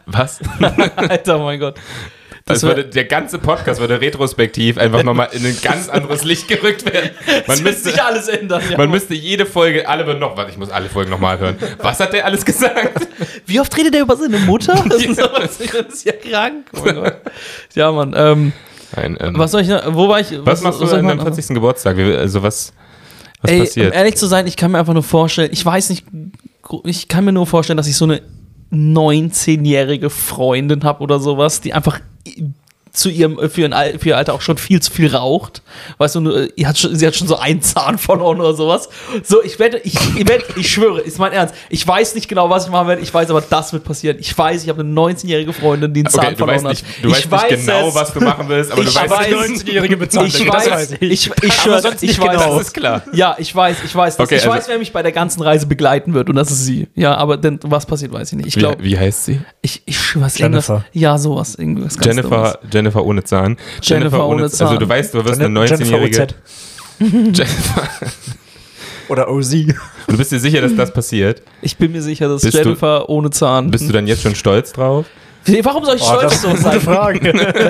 S2: Was?
S1: Alter, mein Gott.
S2: Das
S1: Das wär-
S2: würde, der ganze Podcast würde retrospektiv einfach nochmal in ein ganz anderes Licht gerückt werden. Man
S1: Man müsste
S2: müsste,
S1: sich alles ändern. Ja.
S2: man müsste jede Folge, alle würden noch, warte, ich muss alle Folgen nochmal hören. Was hat der alles gesagt?
S1: Wie oft redet der über seine Mutter? Das ist, sowas, das ist ja krank. Oh mein Gott. Ja, Mann. Ähm,
S2: Nein, ähm,
S1: was soll ich noch- Wo war ich?
S2: was machst du
S1: soll ich
S2: an deinem
S1: machen?
S2: 40. Geburtstag? Wie- Also was, was
S1: Ey,
S2: passiert?
S1: um ehrlich zu sein, ich kann mir einfach nur vorstellen, ich weiß nicht, ich kann mir nur vorstellen, dass ich so eine 19-jährige Freundin habe oder sowas, die einfach zu ihrem, für, ihren, Al- für ihr Alter auch schon viel zu viel raucht. Weißt du, und, äh, ihr hat schon, sie hat schon so einen Zahn verloren oder sowas. So, ich werde, ich, ich, werde, ich schwöre, ist mein Ernst. Ich weiß nicht genau, was ich machen werde, ich weiß aber, das wird passieren. Ich weiß, ich habe eine 19-jährige Freundin, die einen Zahn
S2: Okay, du weißt
S1: verloren
S2: nicht,
S1: hat.
S2: du
S1: ich
S2: weißt nicht genau,
S1: es.
S2: was du machen willst, aber du
S1: Ich
S2: weißt,
S1: weiß-
S2: dass-
S3: 19-Jährige bezahlen.
S1: Ich weiß, genau. ich, ich, ich, schwöre, ich weiß,
S2: das ist klar.
S1: ja, ich weiß, ich weiß. Das.
S2: Okay,
S1: ich
S2: also-
S1: weiß, wer mich bei der ganzen Reise begleiten wird und das ist sie. Ja, aber denn, was passiert, weiß ich nicht. Ich glaube,
S2: wie, wie heißt sie?
S1: ich, ich was
S3: Jennifer.
S1: irgendwas- Ja, sowas irgendwas. ganz
S2: Jennifer,
S1: Dummes.
S2: Jennifer ohne Zahn.
S1: Jennifer ohne Zahn.
S2: Also du weißt, du wirst eine
S3: Jennifer
S2: 19-jährige.
S3: OZ.
S2: Jennifer-
S3: Oder OZ.
S2: Du bist dir sicher, dass das passiert?
S1: Ich bin mir sicher, dass
S2: Bist du-
S1: Jennifer ohne Zahn. Hm.
S2: Bist du dann jetzt schon stolz drauf?
S1: Warum
S3: Oh,
S1: soll ich stolz so sein?
S3: Frage.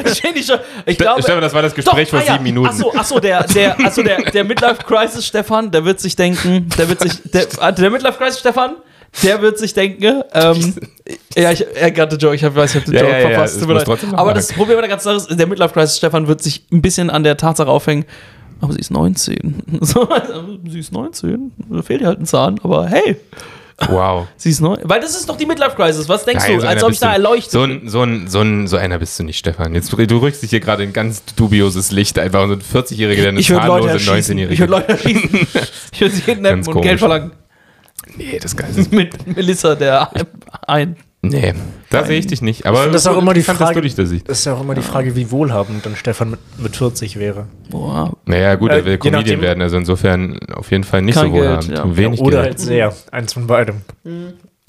S1: Ich bin nicht stolz. Ich
S2: Ste-
S1: glaube,
S2: Stefan, das war das Gespräch vor
S1: ah ja,
S2: sieben Minuten.
S1: Achso, achso, der, der, achso, der, der Midlife-Crisis Stefan, der wird sich denken, der wird sich, der, ah, der Midlife-Crisis Stefan, der wird sich denken, ähm, ja, ich, er got the joke, ich hab- weiß, ich hab den
S2: Ja,
S1: Joke
S2: ja, ja,
S1: verpasst,
S2: es
S1: tut mir
S2: muss
S1: leid.
S2: trotzdem noch
S1: Aber
S2: sagen.
S1: das Problem bei der ganzen Sache ist, der Midlife-Crisis Stefan wird sich ein bisschen an der Tatsache aufhängen, aber sie ist 19. So, also, sie ist 19, da fehlt ihr halt ein Zahn, aber hey,
S2: Wow.
S1: sie ist 19. Weil das ist doch die Midlife-Crisis, was denkst
S2: Nein,
S1: du,
S2: so
S1: als
S2: einer
S1: ob ich
S2: bist
S1: da
S2: du-
S1: erleuchtet
S2: So, ein, so, ein, so, ein, so einer bist du nicht, Stefan. Jetzt, du rückst dich hier gerade in ganz dubioses Licht. Einfach so ein 40-Jähriger, der eine
S1: ich würde Leute
S2: zahnlose
S1: erschießen. Ich würde
S2: 19-Jährige.
S1: Leute erschießen. Ich würde sie
S2: Ganz
S1: kidnappen und
S2: komisch.
S1: Geld verlangen.
S2: Nee, das Geilste.
S1: mit Melissa der ein.
S2: Nee, da sehe ich dich nicht. Aber
S3: Das ist auch immer die
S2: interessant,
S3: Frage.
S2: Dass du dich da siehst.
S3: Das ist ja auch immer die Frage, wie wohlhabend dann Stefan mit, mit 40 wäre.
S1: Boah.
S2: Naja, gut, er
S3: Äh,
S2: will
S3: je
S2: Comedian
S3: nachdem-
S2: werden, also insofern auf jeden Fall nicht
S1: Kein
S2: so wohlhabend.
S1: Geld, ja.
S2: Wenig
S3: Oder
S2: Geld.
S3: halt sehr. Eins von beidem.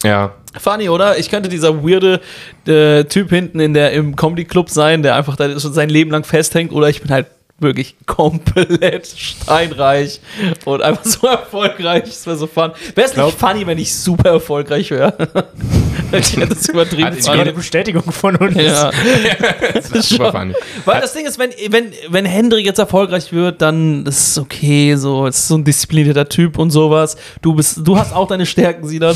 S2: Ja,
S1: Funny, oder? Ich könnte dieser weirde äh, Typ hinten in der, im Comedy-Club sein, der einfach da schon sein Leben lang festhängt, oder ich bin halt wirklich komplett steinreich und einfach so erfolgreich. Das wäre so fun. Wäre es nicht funny, wenn ich super erfolgreich wäre? ich hätte es übertrieben.
S2: Hat
S1: funny.
S2: jeder-
S3: halt Bestätigung von uns.
S1: ja.
S2: das ist super funny. Äh,
S1: Weil das Ding ist, wenn, wenn, wenn Hendrik jetzt erfolgreich wird, dann ist es okay, so, es ist so ein disziplinierter Typ und sowas. Du bist, du hast auch deine Stärken, Sinan.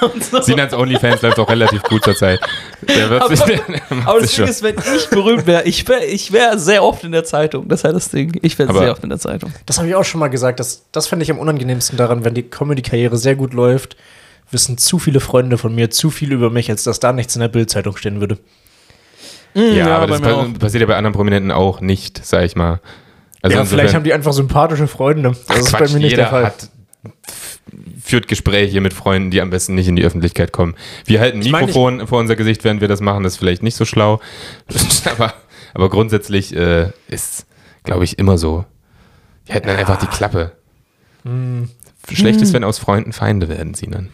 S1: Und so.
S2: Sinans Onlyfans läuft auch relativ gut zur Zeit. Der wird sich, der, macht
S1: Aber das
S2: sich
S1: Ding
S2: schon.
S1: ist, wenn ich berühmt wäre, ich wäre ich wär sehr oft in der Zeitung. Das wäre das Ding. Ich wäre
S2: Aber-
S1: sehr oft in der Zeitung.
S3: Das habe ich auch schon mal gesagt. Das, das fände ich am unangenehmsten daran, wenn die Comedy-Karriere sehr gut läuft, wissen zu viele Freunde von mir zu viel über mich, als dass da nichts in der Bildzeitung stehen würde. Mm,
S2: ja,
S1: ja,
S2: aber
S1: bei
S2: das
S1: mir
S2: pa-
S1: auch.
S2: passiert ja bei anderen Prominenten auch nicht, sag ich mal. Also
S3: ja,
S2: insofern-
S3: vielleicht haben die einfach sympathische Freunde. Das
S2: Ach,
S3: ist
S2: Quatsch,
S3: bei mir nicht
S2: jeder
S3: der Fall.
S2: Hat, führt Gespräche mit Freunden, die am besten nicht in die Öffentlichkeit kommen. Wir halten ein
S3: Ich meine,
S2: Mikrofon vor unser Gesicht, während wir das machen, das ist vielleicht nicht so schlau. aber, aber grundsätzlich äh, ist, glaube ich, immer so. Wir hätten dann einfach die Klappe.
S3: Hm.
S2: Schlecht ist, wenn aus Freunden Feinde werden, Sinan.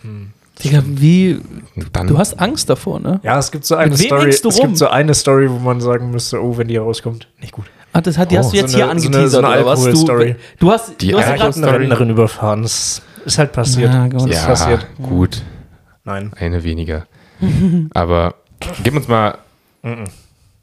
S1: Digga, wie.
S2: Und Dann,
S1: Du hast Angst davor, ne?
S3: Ja, es gibt so eine
S1: Mit wem
S3: Story.
S1: hängst du
S3: Es
S1: rum?
S3: gibt so eine Story, wo man sagen müsste, oh, wenn die rauskommt, nicht gut.
S1: Ah, das hat, die
S2: Oh,
S1: hast du jetzt
S3: so eine-
S1: hier
S3: so eine-
S1: angeteasert,
S3: so eine
S1: oder was? Du,
S3: Alkoholstory.
S1: du hast.
S2: Die
S1: du hast ja
S3: Ja, ich
S1: grad-
S3: habe eine
S2: Story.
S3: Rentnerin überfahren. Das ist halt passiert.
S1: Ah, Gott.
S3: Das
S2: ja, genau.
S3: ist passiert.
S2: gut,
S3: Nein.
S2: eine weniger. aber gib uns mal.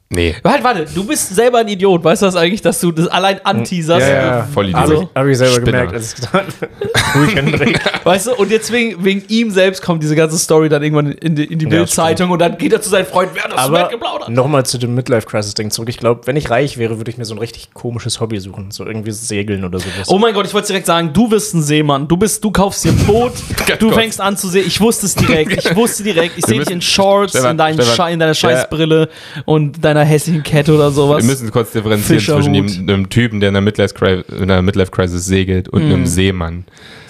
S2: Nee.
S1: Warte, Halt, warte, du bist selber ein Idiot. Weißt du das eigentlich, dass du das allein anteaserst?
S2: Ja, ja, voll Idiot.
S1: Also,
S3: Habe ich selber
S2: Spinner.
S3: gemerkt, als ich getan habe. Ruhig, Hendrik.
S1: weißt du, und jetzt wegen, wegen ihm selbst kommt diese ganze Story dann irgendwann in die, in die
S3: Ja,
S1: Bild-Zeitung und dann geht er zu seinen Freunden, wer hat das Bett
S3: Aber
S1: geplaudert?
S3: nochmal zu dem Midlife-Crisis-Ding zurück. Ich glaube, wenn ich reich wäre, würde ich mir so ein richtig komisches Hobby suchen. So irgendwie Segeln oder sowas.
S1: Oh mein Gott, ich wollte direkt sagen, du bist ein Seemann. Du bist, du kaufst dir ein Boot, du
S2: Gott.
S1: fängst an zu sehen. Ich wusste es direkt. Ich wusste direkt. Ich sehe dich
S2: müssen-
S1: in Shorts, in,
S2: Stefan,
S1: deinen
S2: Stefan,
S1: Schei- in deiner Scheißbrille und deiner hässlichen Kette oder sowas.
S2: Wir müssen kurz differenzieren
S1: Fischerhut.
S2: zwischen dem, einem Typen, der in einer Midlife-Cri- in einer Midlife-Crisis segelt
S1: Hm.
S2: und einem Seemann.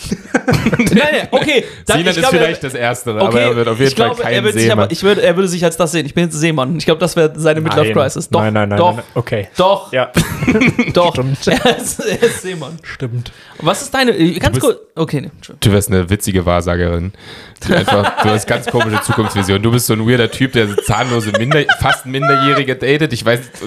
S1: nein, nein, okay. Dann,
S2: Sinan
S1: ich
S2: ist
S1: glaube,
S2: vielleicht das Erste, aber
S1: Okay,
S2: er wird auf jeden
S1: ich glaube,
S2: Fall kein
S1: er wird sich
S2: Seemann.
S1: aber, ich würde, er würde sich als das sehen. Ich bin jetzt Seemann. Ich glaube, das wäre seine Midlife Crisis. Doch,
S3: nein, nein, nein.
S1: doch,
S3: nein, nein. Okay.
S1: doch,
S3: Ja,
S1: doch.
S3: Stimmt.
S1: Er ist, er ist Seemann.
S3: stimmt.
S1: Was ist deine? äh, Ganz
S2: bist-
S1: kurz. Okay, nee, Entschuldigung.
S2: du wärst eine witzige Wahrsagerin. Du, einfach, du hast ganz komische Zukunftsvisionen. Du bist so ein weirder Typ, der so zahnlose, minder, fast Minderjährige datet. Ich weiß, du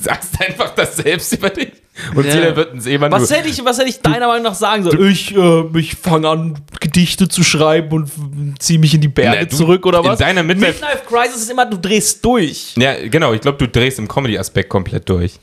S2: sagst einfach das selbst über dich. Und
S1: Ja.
S2: Sinan wird ein Seemann.
S1: was
S2: Du-
S1: hätte ich, was hätte ich deiner Meinung nach sagen sollen? Ich, äh, ich fange an, Gedichte zu schreiben und ziehe mich in die Berge
S2: Na, du-
S1: zurück oder
S2: in
S1: was?
S2: deiner Midlife-
S1: Midlife Crisis ist immer, du drehst durch.
S2: ja, genau. Ich glaube, du drehst im Comedy-Aspekt komplett durch.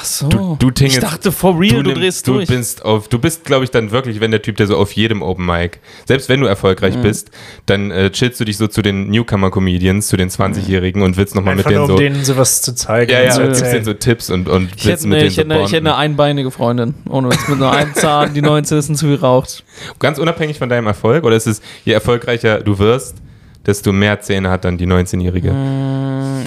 S1: Ach so.
S2: du tingelst-
S1: ich dachte for real, du,
S2: nimmst-
S1: drehst
S2: du
S1: durch.
S2: Bist auf, du bist, glaube ich, dann wirklich, wenn der Typ, der so auf jedem Open Mic, selbst wenn du erfolgreich bist, dann äh, chillst du dich so zu den Newcomer-Comedians, zu den 20-Jährigen und willst nochmal mit
S3: Einfach
S2: denen
S3: nur,
S2: so.
S3: um denen sowas zu zeigen.
S2: ja,
S3: und
S2: ja,
S3: zu
S2: gibst
S3: erzählen.
S2: denen so Tipps und, und
S1: ich hätte,
S2: mit
S1: eine, ich, hätte
S2: so
S1: eine, ich hätte eine
S2: bonden.
S1: einbeinige Freundin. Ohne Witz, mit nur einem Zahn, die 19 ist und zu viel raucht.
S2: Ganz unabhängig von deinem Erfolg, oder ist es, je erfolgreicher du wirst, desto mehr Zähne hat dann die 19-Jährige.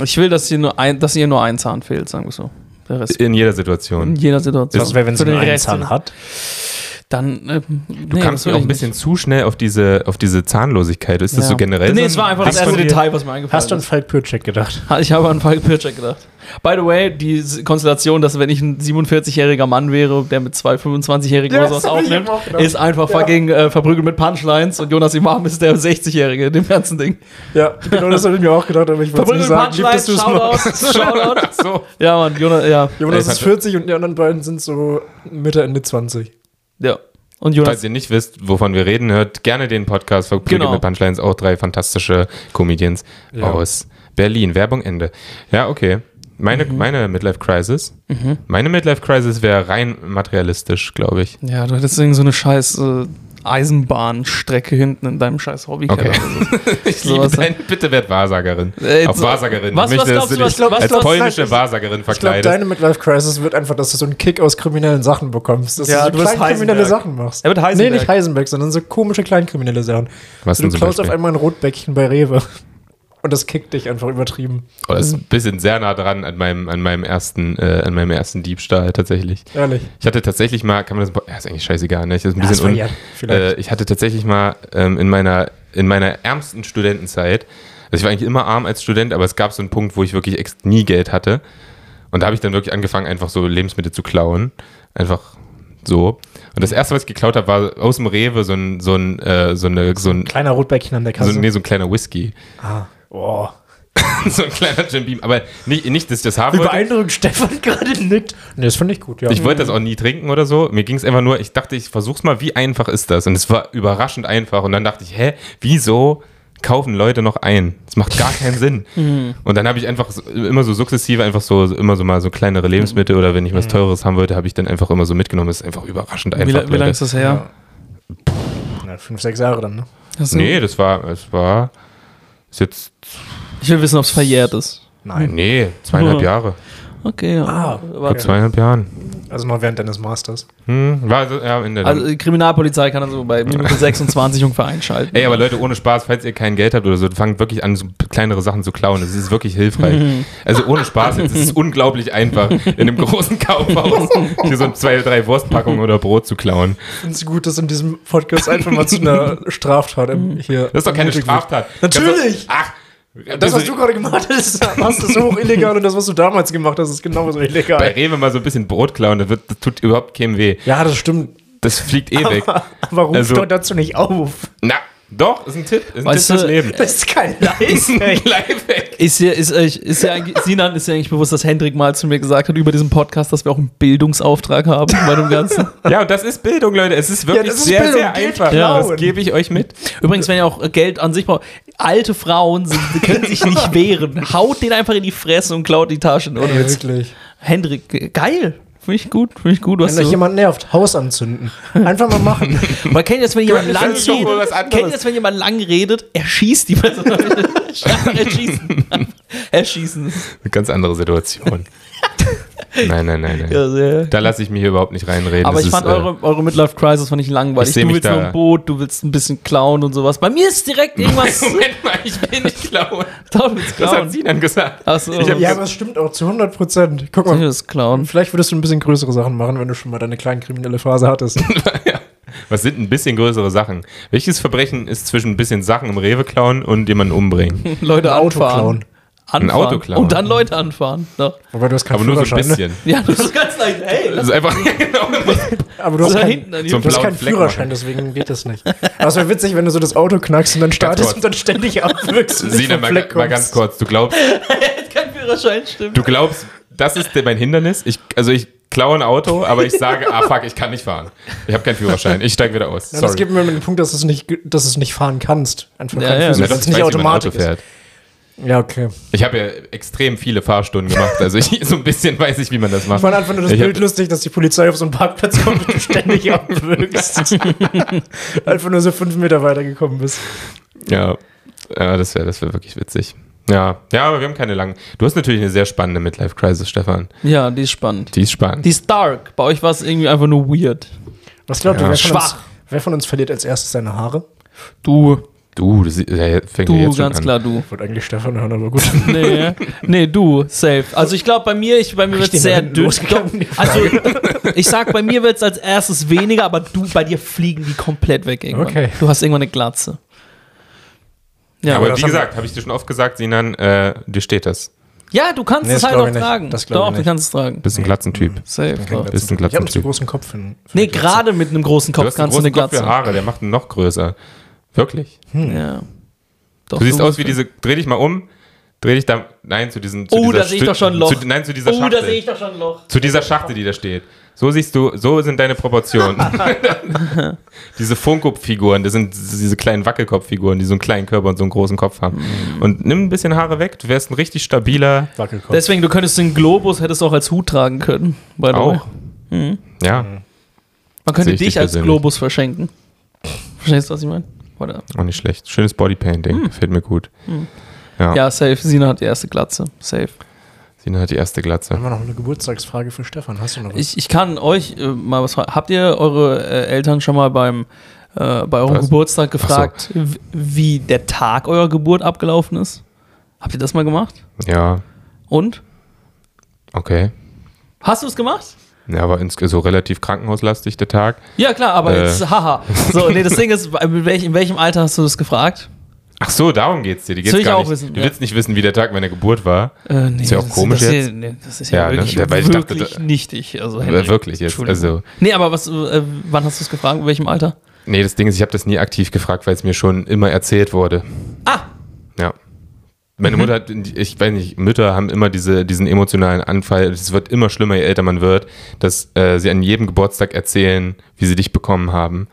S1: Ich will, dass ihr nur ein, dass ihr nur ein Zahn fehlt, sagen wir so. Der Rest
S2: In jeder
S1: in
S2: Situation.
S1: jeder Situation.
S3: Was wäre, wenn
S1: Für
S3: sie
S1: den
S3: nur einen
S1: Rest-
S3: Zahn hat?
S1: Dann ähm,
S2: Du kamst mir auch ein bisschen zu schnell auf diese, auf diese Zahnlosigkeit. Ist das so generell?
S1: Nee,
S2: so
S1: es war einfach das
S3: Hast du
S1: erste
S3: dir-
S1: Detail, was mir eingefallen
S3: Hast du an
S1: ist.
S3: Falk Pürcek gedacht?
S1: Ha, Ich habe an Falk Pirczek gedacht. By the way, die S- Konstellation, dass wenn ich ein 47-jähriger Mann wäre, der mit zwei 25-Jährigen oder sowas aufnimmt, ist einfach fucking äh, verprügelt mit Punchlines und Jonas Imam ist der 60-Jährige in dem ganzen Ding.
S3: Ja, genau das habe ich mir auch gedacht, aber ich
S1: Verprügelt mit Punchlines, Shoutouts, Shoutout. Ja, Mann, Jonas, ja.
S2: Jonas ist
S3: 40 und die anderen beiden sind so Mitte, Ende 20.
S1: ja.
S5: Und Jonas,
S2: Falls ihr nicht wisst, wovon wir reden, hört gerne den Podcast von Prügel
S5: Genau.
S2: mit Punchlines, auch drei fantastische Comedians aus Berlin. Werbung Ende. Ja, okay. Meine,
S5: Mhm.
S2: meine Midlife Crisis. Meine Midlife Crisis wäre rein materialistisch, glaube ich.
S5: ja, du hättest irgend so eine scheiß äh, Eisenbahnstrecke hinten in deinem scheiß Hobby.
S2: Okay.
S5: ich
S2: Liebe dein, bitte werd Wahrsagerin.
S5: Äh,
S2: Auf
S5: so-
S2: Wahrsagerin.
S5: Was-
S2: Ich möchte,
S5: was
S2: dass
S5: glaubst du, was
S2: dich
S5: glaub- was
S2: als
S5: glaubst du,
S2: polnische
S5: nein,
S2: Wahrsagerin
S3: Ich glaube,
S2: verkleidest.
S3: deine Midlife Crisis wird einfach, dass du so einen Kick aus kriminellen Sachen bekommst. Dass
S1: Ja,
S3: du
S1: du
S3: so
S1: bist
S3: kleinkriminelle
S1: Heisenberg.
S3: Sachen machst.
S1: Er wird
S3: Nee,
S1: Heisenberg.
S3: nicht Heisenberg, sondern so komische kleinkriminelle Sachen.
S2: Was
S3: du
S2: denn zum
S3: klaust auf
S2: Beispiel?
S3: einmal ein Rotbäckchen bei Rewe. Und das kickt dich einfach übertrieben.
S2: oh, das ist ein bisschen sehr nah dran an meinem, an meinem ersten, äh, an meinem ersten Diebstahl tatsächlich.
S3: Ehrlich.
S2: Ich hatte tatsächlich mal, kann man das, ja, ist eigentlich scheißegal, ne? Ich, das ist ein
S3: Ja,
S2: bisschen
S3: das
S2: un,
S3: war ja, vielleicht.
S2: äh, ich hatte tatsächlich mal ähm, in meiner, in meiner ärmsten Studentenzeit, also ich war eigentlich immer arm als Student, aber es gab so einen Punkt, wo ich wirklich ex nie Geld hatte. Und da habe ich dann wirklich angefangen, einfach so Lebensmittel zu klauen. Einfach so. Und das erste, was ich geklaut habe, war aus dem Rewe so ein, so ein, äh, so eine, so ein,
S3: Kleiner Rotbäckchen an der
S2: so,
S3: Kasse.
S2: nee, so ein kleiner Whisky.
S3: ah. oh.
S2: so ein kleiner Jim Beam. Aber nicht, nicht dass ich das haben
S3: Wie
S2: wollte.
S3: beeindruckend Stefan gerade nickt. Nee, das finde ich gut, ja.
S2: Ich wollte das auch nie trinken oder so. Mir ging es einfach nur, ich dachte, ich versuch's mal, wie einfach ist das? Und es war überraschend einfach. Und dann dachte ich, hä, wieso kaufen Leute noch ein? Das macht gar keinen Sinn.
S5: Mhm.
S2: Und dann habe ich einfach so, immer so sukzessive, einfach so, immer so mal so kleinere Lebensmittel oder wenn ich was Teures haben wollte, habe ich dann einfach immer so mitgenommen. Das ist einfach überraschend
S5: Mhm. wie,
S2: einfach.
S5: la- wie lange ist das her?
S3: Na, fünf, sechs Jahre dann, ne?
S5: Hast du-
S2: Nee, das war, es war, ist jetzt,
S5: Ich will wissen, ob es verjährt ist.
S3: Nein.
S2: nee, zweieinhalb
S5: Ja.
S2: Jahre.
S5: Okay, ja.
S3: Ah,
S5: Aber-
S2: Vor zweieinhalb Jahren.
S3: Also noch während deines Masters.
S2: Hm, war so, ja, in der
S5: Also die Kriminalpolizei kann also bei Minute 26 ungefähr einschalten.
S2: Ey, aber Leute, ohne Spaß, falls ihr kein Geld habt oder so, fangt wirklich an, so kleinere Sachen zu klauen. Das ist wirklich
S3: Mhm.
S2: hilfreich. Also ohne Spaß, jetzt ist es unglaublich einfach, in einem großen Kaufhaus hier so zwei, drei Wurstpackungen oder Brot zu klauen.
S3: Ich finde es gut, dass in diesem Podcast einfach mal zu einer Straftat im- hier.
S2: Das ist doch keine
S3: ermutigt wird.
S2: Straftat.
S3: Natürlich!
S2: Ach, also
S3: Das, was du gerade gemacht hast, hast du so hoch illegal und das, was du damals gemacht hast, ist genauso
S2: bei
S3: illegal.
S2: Rewe mal so ein bisschen Brot klauen, das, wird, das tut überhaupt keinem weh.
S3: Ja, das stimmt.
S2: Das fliegt eh weg.
S3: Warum
S2: Also-
S3: also, doch dazu nicht auf?
S2: Na, doch, ist ein Tipp. Ist ein
S5: Weißt
S2: Tipp fürs
S5: du,
S2: Leben.
S3: Das ist kein Leistung.
S2: Lifehack.
S5: Ist dir, ist, euch- ist dir eigentlich, Sinan ist dir eigentlich bewusst, dass Hendrik mal zu mir gesagt hat über diesen Podcast, dass wir auch einen Bildungsauftrag haben bei dem Ganzen.
S2: Ja, und das ist Bildung, Leute. Es ist wirklich
S3: das ist
S2: sehr,
S3: Bildung.
S2: sehr
S3: Geld
S2: einfach.
S5: klauen.
S2: Das gebe ich euch mit.
S5: Übrigens, wenn ihr
S1: äh,
S5: auch Geld an sich braucht, alte Frauen sind, die können sich nicht wehren. Haut den einfach in die Fresse und klaut die Taschen. Oder
S3: Ey,
S5: Witz.
S3: wirklich.
S5: Hendrik, ge- geil. Finde ich gut, finde ich gut. Was
S3: Wenn euch
S5: du,
S3: jemand nervt, Haus anzünden. Einfach mal machen.
S5: man kennt das, wenn jemand
S2: Das
S5: lang
S2: ist doch
S5: redet.
S2: wohl was anderes.
S5: Kennt ihr das, wenn jemand lang redet, er schießt die Person. Erschießen. Erschießen.
S2: Eine ganz andere Situation. nein, nein, nein, nein.
S5: Ja, sehr.
S2: Da lasse ich mich hier überhaupt nicht reinreden.
S5: Aber
S2: Das
S5: ich
S2: ist,
S5: fand
S2: äh,
S5: eure, eure Midlife Crisis fand ich langweilig.
S2: Ich seh
S5: du
S2: mich
S5: willst
S2: da-
S5: nur ein Boot, du willst ein bisschen klauen und sowas. Bei mir ist direkt irgendwas.
S2: Moment mal, ich bin nicht klauen.
S5: Klauen willst
S2: Das hat
S5: klauen.
S2: sie dann gesagt.
S5: Achso,
S2: Ich hab-
S5: ja,
S3: Ja, aber es stimmt auch zu 100 Prozent. Guck mal,
S5: das klauen.
S3: vielleicht würdest du ein bisschen größere Sachen machen, wenn du schon mal deine kleine kriminelle Phase hattest.
S2: Was sind ein bisschen größere Sachen? Welches Verbrechen ist zwischen ein bisschen Sachen im Rewe klauen und jemanden umbringen?
S5: Leute
S3: Auto
S5: anfahren.
S3: klauen.
S5: anfahren.
S2: Auto klauen.
S5: Und dann Leute anfahren. Ja,
S3: Wobei du hast keinen
S2: Aber nur so ein
S3: Führerschein. ne?
S2: bisschen.
S5: ja das ist ganz leicht. Hey, lass
S2: Das ist einfach genau
S3: Aber du hast
S2: Also
S5: da
S3: keinen
S5: hinten an
S2: so
S5: die
S2: ein
S3: Du hast
S2: blauen
S3: keinen
S2: Fleck
S3: Führerschein,
S2: machen.
S3: deswegen geht das nicht. Aber es wäre witzig, wenn du so das Auto knackst und dann startest
S2: kurz.
S3: und dann ständig abwirkst. und nicht
S2: Sina,
S3: vom
S2: mal,
S3: Fleck
S2: mal
S3: kommst.
S2: ganz kurz. Du glaubst,
S5: kein Führerschein, stimmt.
S2: du glaubst, das ist mein Hindernis? Ich, also ich klaue ein Auto, aber ich sage, ah fuck, ich kann nicht fahren. Ich habe keinen Führerschein. Ich steige wieder aus.
S3: Ja, das
S2: Sorry.
S3: gibt mir den Punkt, dass du es nicht, ge- dass du es nicht fahren kannst. Einfach
S5: Ja,
S3: kein
S5: ja.
S3: Fuß,
S2: Na,
S5: dass
S3: weil
S2: doch,
S3: es
S2: ich
S3: nicht
S2: Also weiß, wie man
S3: automatisch ist.
S2: fährt.
S3: Ja, okay.
S2: Ich habe ja extrem viele Fahrstunden gemacht, also ich, so ein bisschen weiß ich, wie man das macht.
S3: Ich fand einfach nur das
S2: Ich hab-
S3: Bild lustig, dass die Polizei auf so einen Parkplatz kommt und du ständig abwirkst. einfach nur so fünf Meter weitergekommen bist.
S2: Ja, ja das wäre das wär wirklich witzig. Ja, ja, aber wir haben keine langen. Du hast natürlich eine sehr spannende Midlife-Crisis, Stefan.
S5: Ja, die ist spannend.
S2: Die ist spannend.
S5: Die ist dark. Bei euch war es irgendwie einfach nur weird.
S3: Was glaubt
S2: Ja.
S3: ihr, wer von, uns,
S5: Schwach.
S3: wer von uns verliert als erstes seine Haare?
S5: Du,
S2: du, das ja, fängt ja
S5: du,
S2: jetzt schon
S5: ganz
S2: an.
S5: klar du.
S3: Wollte eigentlich Stefan hören, aber gut.
S5: Nee, nee, du, safe. Also ich glaube, bei mir, ich, bei mir wird
S3: Richtig
S5: es sehr
S3: nach hinten
S5: dünn.
S3: losgegangen, die
S5: Also ich sag, bei mir wird es als erstes weniger, aber du, bei dir fliegen die komplett weg irgendwann.
S3: Okay.
S5: Du hast irgendwann eine Glatze. Ja,
S2: aber
S3: das
S2: wie
S3: haben
S2: gesagt, habe ich dir schon oft gesagt, Sinan, äh, dir steht das.
S5: ja du kannst
S3: Nee,
S5: es
S3: das
S5: halt
S3: glaub
S5: auch
S3: ich nicht.
S5: tragen.
S3: Das glaub ich
S5: Doch, du
S3: nicht.
S5: kannst es tragen.
S2: Bist ein Glatzentyp.
S5: Safe. Doch.
S2: Bist Oh, ein
S3: Ich habe einen zu
S2: Glatzentyp.
S3: großen Kopf. Für einen- für
S5: Nee,
S3: eine Glatze.
S5: gerade mit einem großen
S2: Du
S5: Kopf
S2: hast einen
S5: kannst du eine
S2: großen Kopf
S5: Glatze.
S2: für Haare, der macht ihn noch größer. Wirklich.
S5: Ja. Doch,
S2: Du siehst aus wie diese, dreh dich mal um, Dreh dich da, nein, zu diesem, zu
S5: Oh,
S2: dieser
S5: da sehe ich
S2: Stü-
S5: doch schon ein Loch.
S2: Zu, nein, zu dieser
S5: Oh,
S2: Schachtel.
S5: da sehe ich doch schon ein Loch.
S2: Zu dieser Schachtel, die da steht. So siehst du, so sind deine Proportionen. diese Funko-Figuren, das sind diese kleinen Wackelkopffiguren, die so einen kleinen Körper und so einen großen Kopf haben.
S5: Hm.
S2: Und nimm ein bisschen Haare weg, du wärst ein richtig stabiler.
S3: Wackelkopf.
S5: Deswegen, du könntest den Globus, hättest du auch als Hut tragen können. by the way.
S2: Auch.
S5: Hm.
S2: Ja,
S5: Man könnte
S2: Sehe ich
S5: dich
S2: dich
S5: als
S2: persönlich.
S5: Globus verschenken. Verstehst du, was ich meine? Oder?
S2: auch nicht schlecht. Schönes Bodypainting, gefällt mir gut. Ja.
S5: Hm. Ja, safe. Sina hat die erste Glatze. Safe.
S2: Sina hat die erste Glatze.
S3: Haben wir noch eine Geburtstagsfrage für Stefan? Hast du noch was?
S5: Ich, ich kann euch äh, mal was fragen. Habt ihr eure äh, Eltern schon mal beim äh, bei eurem
S2: Was?
S5: Geburtstag gefragt, w- wie der Tag eurer Geburt abgelaufen ist? Habt ihr das mal gemacht?
S2: Ja,
S5: Und?
S2: okay.
S5: Hast du es gemacht?
S2: Ja, aber ins, so relativ krankenhauslastig der Tag.
S5: Ja, klar, aber
S2: Äh.
S5: jetzt, haha. So, nee, das Ding ist, in welchem, in welchem Alter hast du das gefragt?
S2: Ach so, darum geht's dir. Die geht's
S5: Soll ich
S2: gar
S5: auch
S2: nicht.
S5: wissen,
S2: du
S5: ja.
S2: willst nicht wissen, wie der Tag meiner Geburt war.
S5: Äh, nee,
S2: Ist ja auch
S5: das-
S2: komisch
S5: das ist-
S2: jetzt.
S5: nee, das ist ja,
S2: Ja, ne?
S5: wirklich,
S2: Ja, weil ich dachte,
S5: wirklich
S2: da-
S5: nichtig. Also,
S2: Äh, wirklich jetzt,
S5: Entschuldigung.
S2: also-
S5: Nee, aber was, äh, wann hast du es gefragt? In welchem Alter?
S2: Nee, das Ding ist, ich habe das nie aktiv gefragt, weil es mir schon immer erzählt wurde.
S5: Ah!
S2: Ja. Meine Mutter hat, ich weiß nicht, Mütter haben immer diese, diesen emotionalen Anfall. Es wird immer schlimmer, je älter man wird, dass äh, sie an jedem Geburtstag erzählen, wie sie dich bekommen haben.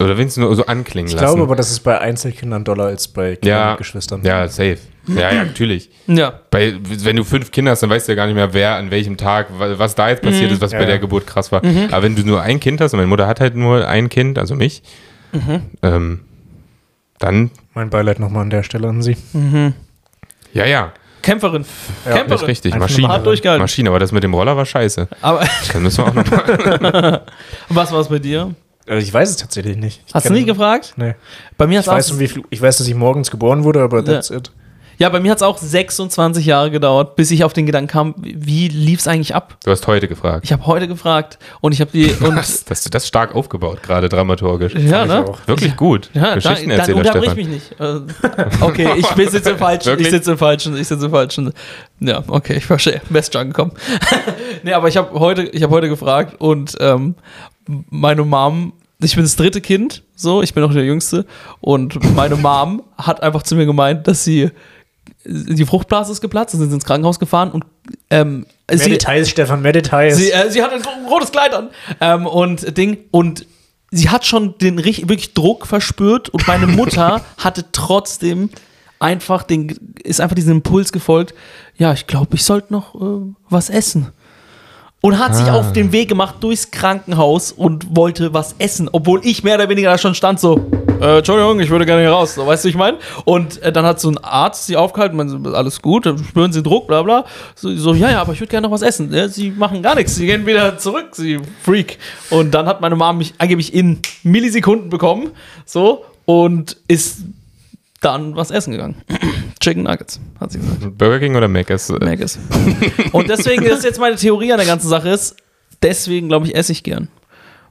S2: Oder wenigstens nur so anklingen
S3: Ich
S2: lassen.
S3: glaube aber, das ist bei Einzelkindern doller als bei Kindern
S2: ja,
S3: mit Geschwistern.
S2: Ja, safe. Ja, ja, natürlich.
S5: Ja.
S2: Bei, wenn du fünf Kinder hast, dann weißt du ja gar nicht mehr, wer an welchem Tag, wa- was da jetzt
S5: Mhm.
S2: passiert ist, was
S3: Ja,
S2: bei der
S3: ja.
S2: Geburt krass war. Aber wenn du nur ein Kind hast, und meine Mutter hat halt nur ein Kind, also mich,
S5: Mhm.
S2: ähm, dann,
S3: Mein Beileid nochmal an der Stelle an Sie.
S2: ja, ja,
S5: Kämpferin.
S2: das ist
S5: Kämpferin.
S2: richtig.
S3: Einfach
S2: Maschine.
S3: nur
S5: Hart durchgehalten.
S2: Maschine, aber das mit dem Roller war scheiße.
S5: Aber
S2: Dann müssen wir auch nochmal.
S5: was war es bei dir?
S3: Also ich weiß es tatsächlich nicht. Ich
S5: Hast du
S3: kenn-
S5: nie gefragt?
S3: Nee.
S5: Bei mir
S3: Ich weiß, um
S5: hat
S3: wie viel, ich weiß, dass ich morgens geboren wurde, aber that's it.
S5: ja, bei mir hat's auch 26 Jahre gedauert, bis ich auf den Gedanken kam, wie wie lief's eigentlich ab?
S2: Du hast heute gefragt.
S5: Ich habe heute gefragt und ich habe die und
S2: Das, das, das ist stark aufgebaut, gerade dramaturgisch.
S5: ja,
S3: ich
S5: ne?
S3: auch.
S2: Wirklich gut.
S5: Ja, da, dann
S2: Geschichtenerzähler,
S5: unterbrich
S2: Stefan.
S5: mich nicht. Äh, Okay, ich bin sitze im falschen, ich
S2: Wirklich?
S5: sitze im falschen, ich sitze im falschen. Ja, okay, ich verstehe. Best Junk gekommen. nee, aber ich habe heute, ich habe heute gefragt und ähm, meine Mom, ich bin das dritte Kind, so, ich bin auch der Jüngste und meine Mom hat einfach zu mir gemeint, dass sie die Fruchtblase ist geplatzt, dann sind sie ins Krankenhaus gefahren und ähm,
S3: Mehr
S5: sie,
S3: Details, Stefan, mehr Details.
S5: Sie, äh, sie hat ein ro- rotes Kleid an. Ähm, und Ding. Und sie hat schon den richtig, wirklich Druck verspürt und meine Mutter hatte trotzdem einfach den, ist einfach diesem Impuls gefolgt. Ja, ich glaube, ich sollte noch äh, was essen. Und hat sich auf den Weg gemacht durchs Krankenhaus und wollte was essen, obwohl ich mehr oder weniger da schon stand, so, äh, Entschuldigung, ich würde gerne hier raus, so, weißt du, ich meine? Und äh, dann hat so ein Arzt sie aufgehalten, man, so, alles gut, dann spüren sie Druck, bla bla. So, so ja, ja, aber ich würde gerne noch was essen. Ja, sie machen gar nichts, sie gehen wieder zurück, sie Freak. Und dann hat meine Mom mich angeblich in Millisekunden bekommen, so, und ist dann was essen gegangen. Chicken Nuggets, hat sie gesagt.
S2: Burger King oder Mac ist. Äh,
S5: Mac ist. Und deswegen das ist jetzt meine Theorie an der ganzen Sache ist, deswegen glaube ich, esse ich gern.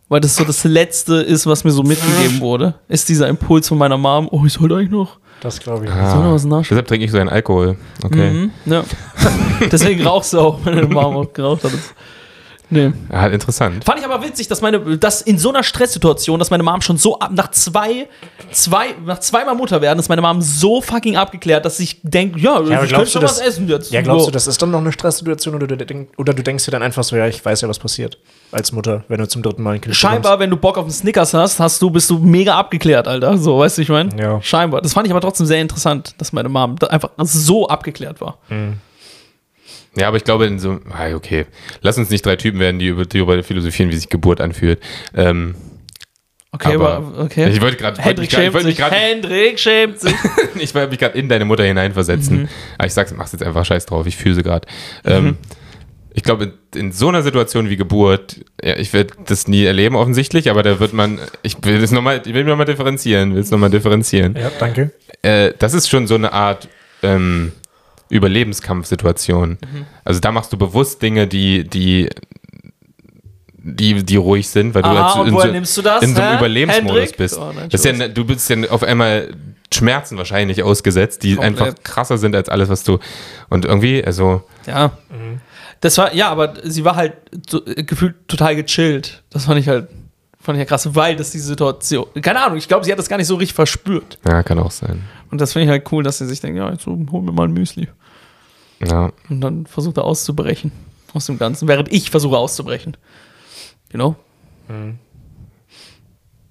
S5: Weil das so das Letzte ist, was mir so mitgegeben wurde, ist dieser Impuls von meiner Mom, oh, ich sollte eigentlich noch.
S3: das glaube ich.
S5: Soll noch
S2: ah,
S5: was nachschauen?
S2: deshalb trinke ich so einen Alkohol. Okay.
S5: Mhm, ja. deswegen rauchst du auch, wenn deine Mom auch geraucht hat. Nee.
S2: Ah, interessant.
S5: Fand ich aber witzig, dass meine, dass in so einer Stresssituation, dass meine Mom schon so ab, nach zwei, zwei, nach zweimal Mutter werden, ist meine Mom so fucking abgeklärt, dass ich denke, ja,
S3: aber
S5: ich
S3: glaubst
S5: könnte
S3: du,
S5: schon
S3: dass-
S5: was essen jetzt.
S3: Ja, glaubst
S5: So.
S3: du, das ist dann noch eine Stresssituation oder du, denk, oder du denkst dir dann einfach so, ja, ich weiß ja, was passiert als Mutter, wenn du zum dritten Mal ein Kind
S5: Scheinbar, wenn du Bock auf einen Snickers hast, hast du, bist du mega abgeklärt, Alter. So, weißt du, ich meine?
S3: Ja.
S5: Scheinbar. Das fand ich aber trotzdem sehr interessant, dass meine Mom da einfach so abgeklärt war.
S2: Ja, aber ich glaube, in so. Ah, okay. Lass uns nicht drei Typen werden, die über darüber philosophieren, wie sich Geburt anfühlt. Ähm,
S5: Okay,
S2: aber.
S5: aber, okay.
S2: Ich wollte gerade.
S5: Hendrik
S2: Ich wollte
S5: schämt
S2: mich
S5: sich.
S2: gerade.
S5: Hendrik schämt sich.
S2: Ich wollte mich gerade in deine Mutter
S5: Mhm.
S2: hineinversetzen. Aber ich sag's, mach's jetzt einfach scheiß drauf, ich füße gerade. Ähm, ich glaube, in, in so einer Situation wie Geburt, ja, ich werde das nie erleben offensichtlich, aber da wird man, ich will das nochmal, ich will nochmal differenzieren, will es nochmal differenzieren.
S3: Ja, danke.
S2: Äh, das ist schon so eine Art ähm, Überlebenskampfsituation.
S5: Mhm.
S2: Also da machst du bewusst Dinge, die, die, die, die ruhig sind, weil du
S5: Aha,
S2: als-
S5: und
S2: in
S5: woher
S2: so,
S5: nimmst du das,
S2: in so einem
S5: hä?
S2: Überlebensmodus
S5: Hendrik?
S2: bist.
S5: Oh, nein,
S2: das ist ja, ne, du bist ja auf einmal Schmerzen wahrscheinlich ausgesetzt, die
S5: Komplett.
S2: einfach krasser sind als alles, was du. Und irgendwie, also,
S5: Ja. Das war, ja, aber sie war halt so, äh, gefühlt total gechillt. Das fand ich halt Fand ich ja krass, weil das die Situation. Keine Ahnung, ich glaube, sie hat das gar nicht so richtig verspürt.
S2: Ja, kann auch sein.
S5: Und das finde ich halt cool, dass sie sich denkt, ja, jetzt holen wir mal ein Müsli.
S2: Ja.
S5: Und dann versucht er auszubrechen aus dem Ganzen, während ich versuche auszubrechen. You know?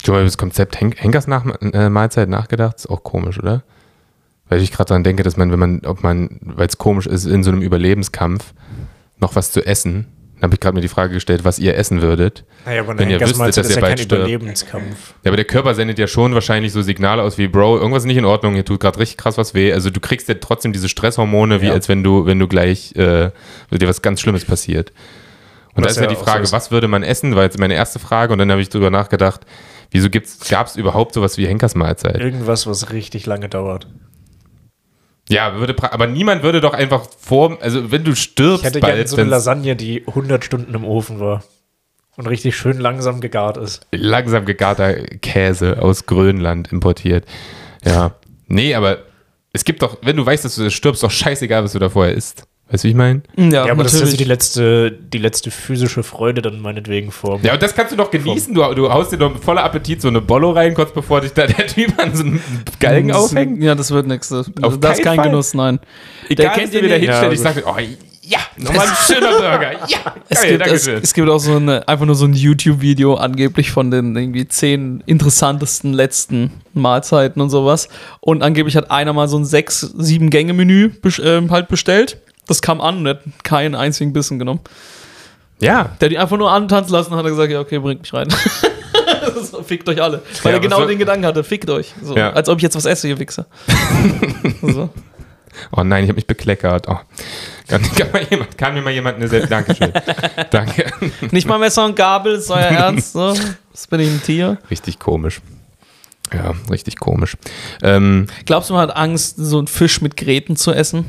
S2: Schon mal über das Konzept Hen Henkers nach äh, Mahlzeit nachgedacht? Ist auch komisch, oder? Weil ich gerade daran denke, dass man, wenn man, ob man, weil es komisch ist, in so einem Überlebenskampf noch was zu essen. Dann habe ich gerade mir die Frage gestellt, was ihr essen würdet.
S3: Naja, aber
S2: Wenn ihr wüsstet,
S3: Henkersmahlzeit
S2: dass ihr bald
S3: kein
S2: stirbt.
S3: Überlebenskampf.
S2: Ja, aber der Körper sendet ja schon wahrscheinlich so Signale aus wie, Bro, irgendwas ist nicht in Ordnung, hier tut gerade richtig krass was weh. Also du kriegst ja trotzdem diese Stresshormone, wie
S3: Ja.
S2: als wenn du, wenn du gleich äh, dir was ganz Schlimmes passiert. Und
S3: Was
S2: da ist ja,
S3: ja
S2: die
S3: auch
S2: Frage,
S3: so ist.
S2: was würde man essen, war jetzt meine erste Frage und dann habe ich drüber nachgedacht, wieso gab es überhaupt sowas wie Henkersmahlzeit?
S3: Irgendwas, was richtig lange dauert.
S2: Ja, würde, pra- aber niemand würde doch einfach vor, also wenn du stirbst
S3: Ich hätte gerne
S2: bald,
S3: so eine
S2: wenn's
S3: Lasagne, die 100 Stunden im Ofen war. Und richtig schön langsam gegart ist.
S2: langsam gegarter Käse aus Grönland importiert. Ja. Nee, aber es gibt doch, wenn du weißt, dass du stirbst, doch scheißegal, was du da vorher isst. Weißt du, wie ich meine?
S5: Ja,
S3: Ja, aber das ist also die letzte, die letzte physische Freude dann meinetwegen vor.
S2: Ja, und das kannst du doch genießen. Du, du haust dir doch mit voller Appetit so eine Bollo rein, kurz bevor dich da der Typ an so einem Galgen aufhängt.
S5: Ja, das wird nichts. Das,
S2: Auf
S5: das ist
S2: keinen
S5: kein
S2: Fall.
S5: Genuss, nein.
S2: Egal, was du wieder
S5: nicht.
S2: hinstellst, ich
S3: Ja,
S2: sag, oh, ja, nochmal ein schöner Burger. Ja,
S5: Es,
S2: geil,
S5: gibt,
S2: danke
S5: es,
S2: schön.
S5: es gibt auch so eine, einfach nur so ein YouTube-Video angeblich von den irgendwie zehn interessantesten letzten Mahlzeiten und sowas. Und angeblich hat einer mal so ein sechs, sieben Gänge-Menü besch- ähm, halt bestellt. Das kam an und er hat keinen einzigen Bissen genommen.
S2: Ja,
S5: Der hat ihn einfach nur antanzen lassen und hat er gesagt, ja, okay, bringt mich rein. so, fickt euch alle. Weil
S2: Ja,
S5: er genau
S2: was-
S5: den Gedanken hatte, fickt euch. So,
S2: Ja.
S5: Als ob ich jetzt was esse, ihr Wichser. so.
S2: Oh nein, ich habe mich bekleckert. Oh. Kann, kann, mal jemand, kann mir mal jemand eine selbst. Dankeschön. Danke.
S5: Nicht mal Messer und Gabel, ist euer Ernst. So. Das bin ich ein Tier.
S2: Richtig komisch. Ja, richtig komisch. Ähm,
S5: Glaubst du, man hat Angst, so einen Fisch mit Gräten zu essen?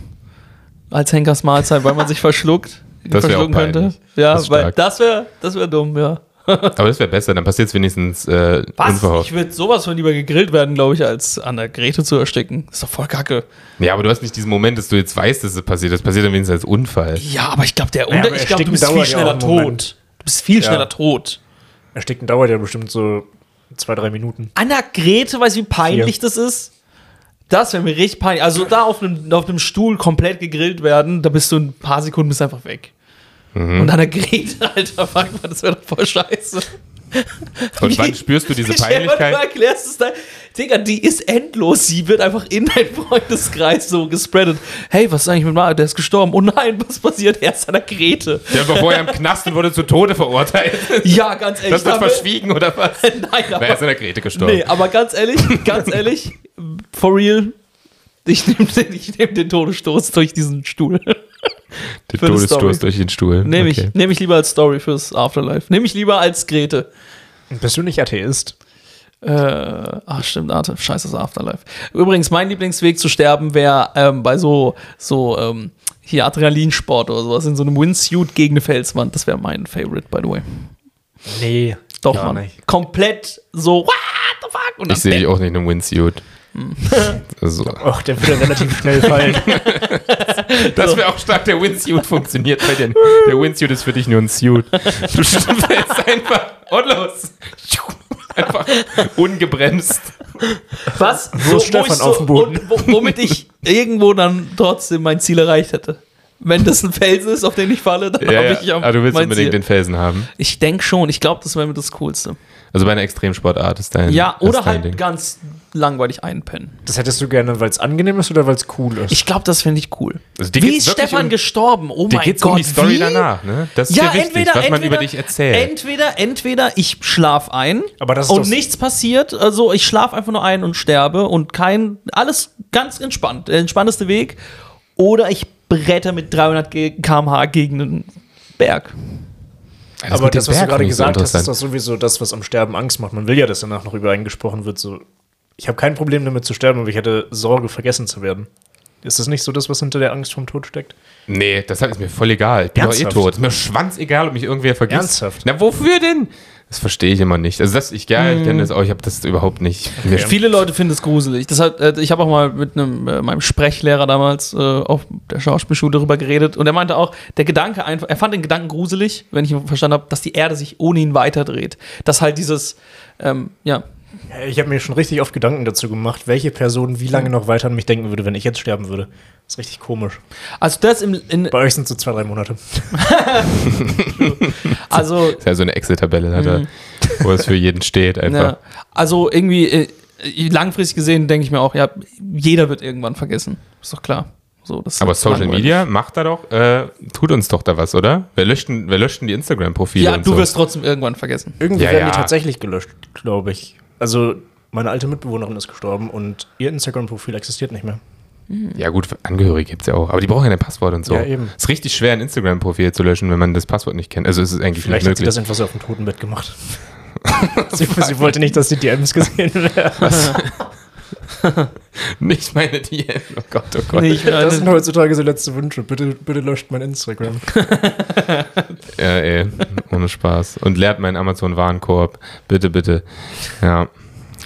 S5: Als Henkers Mahlzeit, weil man sich verschluckt?
S2: Das wär auch
S5: verschlucken könnte?
S2: peinlich.
S5: Ja,
S2: Das ist
S5: weil
S2: stark.
S5: das wäre das wär dumm, ja.
S2: aber das wäre besser, dann passiert es wenigstens äh,
S5: Was?
S2: unverhofft.
S5: Ich würde sowas von lieber gegrillt werden, glaube ich, als an der Grete zu ersticken. Ist doch voll kacke.
S2: Ja, aber du hast nicht diesen Moment, dass du jetzt weißt, dass es passiert. Das passiert dann wenigstens als Unfall.
S5: Ja, aber ich glaube, der
S3: Ja,
S5: Unter
S3: aber
S5: ich glaube,
S3: ersticken
S5: du bist viel
S3: dauert ja
S5: schneller
S3: auch einen
S5: tot.
S3: Moment.
S5: Du bist viel
S3: Ja.
S5: schneller tot.
S3: Ersticken dauert ja bestimmt so zwei, drei Minuten.
S5: An der Grete, weißt du, wie peinlich das ist? Das wäre mir richtig peinlich. Also da auf einem, auf einem Stuhl komplett gegrillt werden, da bist du ein paar Sekunden bist einfach weg.
S2: Mhm.
S5: Und an der Grete, Alter, fuck mal, das wäre doch voll scheiße.
S2: Und wann spürst du diese
S5: Stell dir mal, Du
S2: Peinlichkeit?
S5: erklärst es da. Digga, die ist endlos. Sie wird einfach in deinen Freundeskreis so gespreadet. Hey, was ist eigentlich mit Mario? Der ist gestorben. Oh nein, was passiert? Er ist an der Grete.
S2: Der war vorher im Knast und wurde zu Tode verurteilt.
S5: Ja, ganz ehrlich.
S2: Das wird
S5: damit-
S2: verschwiegen oder was?
S5: Nein,
S2: Wer
S5: aber
S2: ist in der Grete gestorben?
S5: Nee, aber ganz ehrlich, ganz ehrlich, for real, ich nehme den, ich nehm den Todesstoß durch diesen Stuhl.
S2: Der
S5: für die Story.
S2: Todesstoß durch den Stuhl.
S5: Nehme
S2: Okay.
S5: ich, nehm ich lieber als Story fürs Afterlife. Nehme ich lieber als Grete.
S3: Bist du nicht Atheist?
S5: Äh, ach, stimmt, Arte. Scheiße, das Afterlife. Übrigens, mein Lieblingsweg zu sterben wäre ähm, bei so, so ähm, hier Adrenalinsport oder sowas, in so einem Windsuit gegen eine Felswand. Das wäre mein Favorite, by the way.
S3: Nee.
S5: Doch,
S3: Gar
S5: Mann.
S3: nicht.
S5: Komplett so, what the fuck? Und
S2: Ich
S5: dann
S2: sehe dich auch nicht in einem Windsuit.
S5: Hm.
S2: Also,
S3: Ach, der würde relativ schnell fallen.
S2: das wäre auch stark, der Windsuit funktioniert bei dir. nicht. Der Windsuit ist für dich nur ein Suit. Du fällst einfach und los. Einfach ungebremst.
S5: Was?
S3: Wo ist Stefan
S5: ich
S3: auf dem Boden?
S5: und wo- womit ich irgendwo dann trotzdem mein Ziel erreicht hätte. Wenn das ein Felsen ist, auf den ich falle, dann
S2: Ja,
S5: habe
S2: ja.
S5: ich ja
S2: Aber du willst
S5: mein
S2: unbedingt den Felsen haben.
S5: Ich denke schon, ich glaube, das wäre mir das Coolste.
S2: Also bei einer Extremsportart ist dein.
S5: Ja,
S2: ist
S5: oder
S2: dein
S5: halt
S2: Ding.
S5: ganz langweilig einpennen.
S3: Das hättest du gerne, weil es angenehm ist oder weil es cool ist?
S5: Ich glaube, das finde ich cool.
S2: Also dir
S5: Wie
S2: geht's
S5: ist
S2: wirklich
S5: Stefan
S2: um-
S5: gestorben? Oh
S2: Dir
S5: mein
S2: geht's
S5: Gott.
S2: um die Story
S5: wie?
S2: danach, ne? Das ist
S5: Ja,
S2: dir wichtig, was
S5: entweder,
S2: man
S5: entweder,
S2: über dich erzählt.
S5: entweder, entweder ich schlaf ein
S3: Aber
S2: Oh,
S3: das ist
S5: und
S3: doch-
S5: nichts passiert, also ich schlaf einfach nur ein und sterbe und kein, alles ganz entspannt, der entspannteste Weg, oder ich bretter mit 300 G- km/h gegen einen Berg.
S3: aber
S2: mit dem
S3: das, was
S2: Also Berg
S3: du gerade
S2: finde ich so
S3: gesagt hast, ist doch
S2: interessant.
S3: sowieso das, was am Sterben Angst macht. Man will ja, dass danach noch über einen gesprochen wird. So, ich habe kein Problem damit zu sterben, aber ich hatte Sorge, vergessen zu werden. Ist das nicht so das, was hinter der Angst vom Tod steckt?
S2: Nee, das ist mir voll egal. Ich bin doch eh
S3: Ernsthaft?
S2: tot. Ist mir schwanzegal, ob mich irgendwer vergisst.
S3: Ernsthaft?
S2: Na, wofür denn? Das verstehe ich immer nicht. Also das, ich, ja,
S5: Mhm.
S2: ich kenne das auch, ich habe das überhaupt nicht. Mir
S5: Ja. Viele Leute finden es gruselig. Deshalb, äh, ich habe auch mal mit einem, äh, meinem Sprechlehrer damals äh, auf der Schauspielschule darüber geredet und er meinte auch, der Gedanke einfach, er fand den Gedanken gruselig, wenn ich ihn verstanden habe, dass die Erde sich ohne ihn weiterdreht. Dass halt dieses, ähm, ja,
S3: Ich habe mir schon richtig oft Gedanken dazu gemacht, welche Person wie lange noch weiter an mich denken würde, wenn ich jetzt sterben würde. Das ist richtig komisch.
S5: also das im, in,
S3: Bei euch sind es so zwei, drei Monate.
S5: also
S2: Das ist ja so eine Excel-Tabelle, hat er, wo es für jeden steht einfach.
S5: Mhm. Ja. Also irgendwie äh, langfristig gesehen denke ich mir auch, ja, jeder wird irgendwann vergessen. Ist doch klar. So, das ist
S2: Aber
S5: jetzt
S2: Social
S5: langweilig.
S2: Media macht da doch, äh, tut uns doch da was, oder? Wir löschen, wir löschen die Instagram-Profile
S5: Ja,
S2: und
S5: du
S2: so.
S5: wirst trotzdem irgendwann vergessen.
S3: Irgendwie
S2: Ja,
S3: werden
S2: ja.
S3: die tatsächlich gelöscht, glaube ich. Also, meine alte Mitbewohnerin ist gestorben und ihr Instagram-Profil existiert nicht mehr.
S2: Ja, gut, Angehörige gibt es ja auch. Aber die brauchen ja ein Passwort und so.
S3: Ja, eben.
S2: Ist richtig schwer, ein Instagram-Profil zu löschen, wenn man das Passwort nicht kennt. Also ist es eigentlich
S3: Vielleicht hat
S2: nicht
S3: sie das
S2: möglich.
S3: einfach so auf dem Totenbett gemacht. sie, sie wollte nicht, dass die DMs gesehen werden.
S2: nicht meine DM. Oh Gott, oh Gott.
S5: ich, äh,
S3: Das sind heutzutage so letzte Wünsche. Bitte, bitte löscht mein Instagram.
S2: Ja, ey, ohne Spaß. Und leert meinen Amazon-Warenkorb. Bitte, bitte. Ja.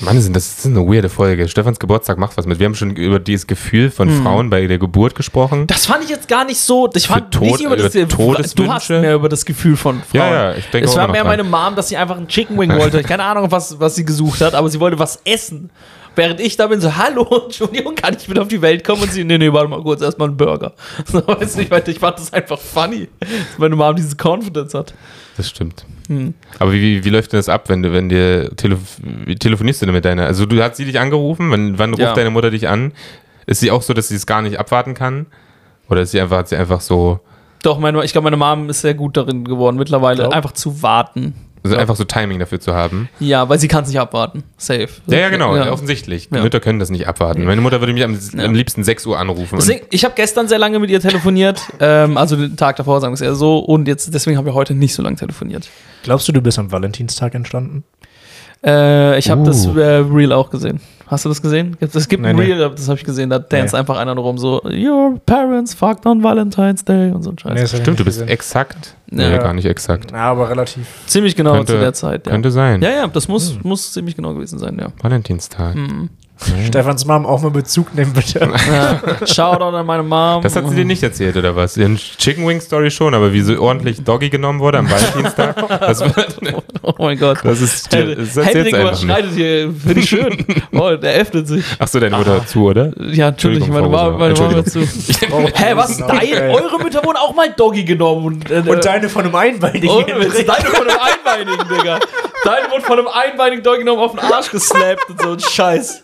S2: Mann, sind das, das ist eine weirde Folge. Stefans Geburtstag macht was mit. Wir haben schon über dieses Gefühl von
S5: Mhm.
S2: Frauen bei der Geburt gesprochen.
S5: das fand ich jetzt gar nicht so. Ich fand
S2: Tod-
S5: nicht über das
S2: über
S5: Du hast
S2: äh, Todeswünsche?
S5: mehr über das Gefühl von Frauen.
S2: Ja, ja, ich denke
S5: Es
S2: auch
S5: war
S2: noch
S5: mehr
S2: dran.
S5: meine Mom, dass sie einfach einen Chicken Wing wollte. Keine Ahnung, was, was sie gesucht hat, aber sie wollte was essen. Während ich da bin, so, hallo, Entschuldigung, kann ich mit auf die Welt kommen? Und sie, nee, nee, warte mal kurz, erstmal einen Burger. So, weiß nicht, weil ich fand das einfach funny, dass meine Mom diese Confidence hat.
S2: Das stimmt.
S5: Hm.
S2: Aber wie, wie, wie läuft denn das ab, wenn du, wenn dir tele wie telefonierst du denn mit deiner? Also du hat sie dich angerufen, wann, wann ruft
S5: Ja.
S2: deine Mutter dich an? Ist sie auch so, dass sie es gar nicht abwarten kann? Oder ist sie einfach, hat sie einfach so,
S5: Doch, meine, ich glaube, meine Mom ist sehr gut darin geworden mittlerweile,
S3: Glaub.
S5: einfach zu warten.
S2: also einfach so Timing dafür zu haben?
S5: Ja, weil sie kann es nicht abwarten. Safe.
S2: Ja, ja, genau,
S5: Ja.
S2: offensichtlich.
S5: Ja.
S2: Mütter können das nicht abwarten. Meine Mutter würde mich am, am liebsten 6 Uhr anrufen. Und,
S5: Deswegen, ich habe gestern sehr lange mit ihr telefoniert, ähm, also den Tag davor, sagen wir es eher so, und jetzt deswegen haben wir heute nicht so lange telefoniert.
S3: Glaubst du, du bist am Valentinstag entstanden?
S5: Äh, ich habe
S2: Uh.
S5: das äh, Reel auch gesehen. Hast du das gesehen? Gibt- Es gibt
S3: Nee,
S5: ein
S3: nee.
S5: Reel, das habe ich gesehen, da danced
S3: Nee.
S5: einfach einer rum so, Your parents fucked on Valentine's Day und so ein Scheiß.
S2: stimmt, du bist exakt.
S5: Ja.
S2: Nee, gar nicht exakt.
S3: Ja, aber relativ.
S5: Ziemlich genau
S2: Könnte-
S5: zu der Zeit, ja.
S2: Könnte Hm. sein.
S5: ja, ja, das muss, muss ziemlich genau gewesen sein, ja.
S2: Valentinstag.
S3: Stefans Mom auch mal Bezug nehmen, bitte.
S5: ja. Shoutout an meine Mom.
S2: Das hat sie dir nicht erzählt, oder was? Ihren Chicken Wing Story schon, aber wie so ordentlich Doggy genommen wurde am Valentinstag, das,
S5: Oh mein Gott.
S2: das ist, das erzählt
S5: Henrik
S2: sie einfach nicht.
S5: überschreitet hier, finde ich schön. Oh, der öffnet sich.
S2: Achso, deine Mutter hört zu, oder?
S5: Ja, natürlich,
S2: Entschuldigung,
S5: meine
S2: Frau
S5: Mama, meine
S2: Rosenau.
S5: Mama dazu.
S3: Oh,
S5: Hä, was?
S3: Rosenau.
S5: Dein,
S3: Geil.
S5: eure Mütter wurden auch mal Doggy genommen. Und, äh,
S3: Und deine von einem Einbeinigen.
S5: und jetzt deine von einem Einbeinigen, Digga. Deine wurde von einem Einbeinigen Doggy genommen, auf den Arsch geslappt und so ein Scheiß.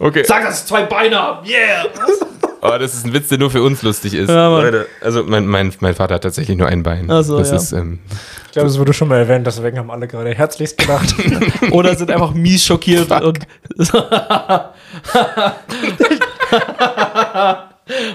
S2: Okay.
S5: Sag, dass ich zwei Beine habe. Yeah.
S2: Oh, das ist ein Witz, der nur für uns lustig ist.
S5: Ja, Mann.
S2: Leute, also mein, mein, mein Vater hat tatsächlich nur ein Bein.
S5: Ach so,
S2: das
S5: ja.
S2: ist, ähm,
S3: Ich glaube, das wurde schon mal erwähnt, deswegen haben alle gerade herzlichst gelacht.
S5: Oder sind einfach mies schockiert und.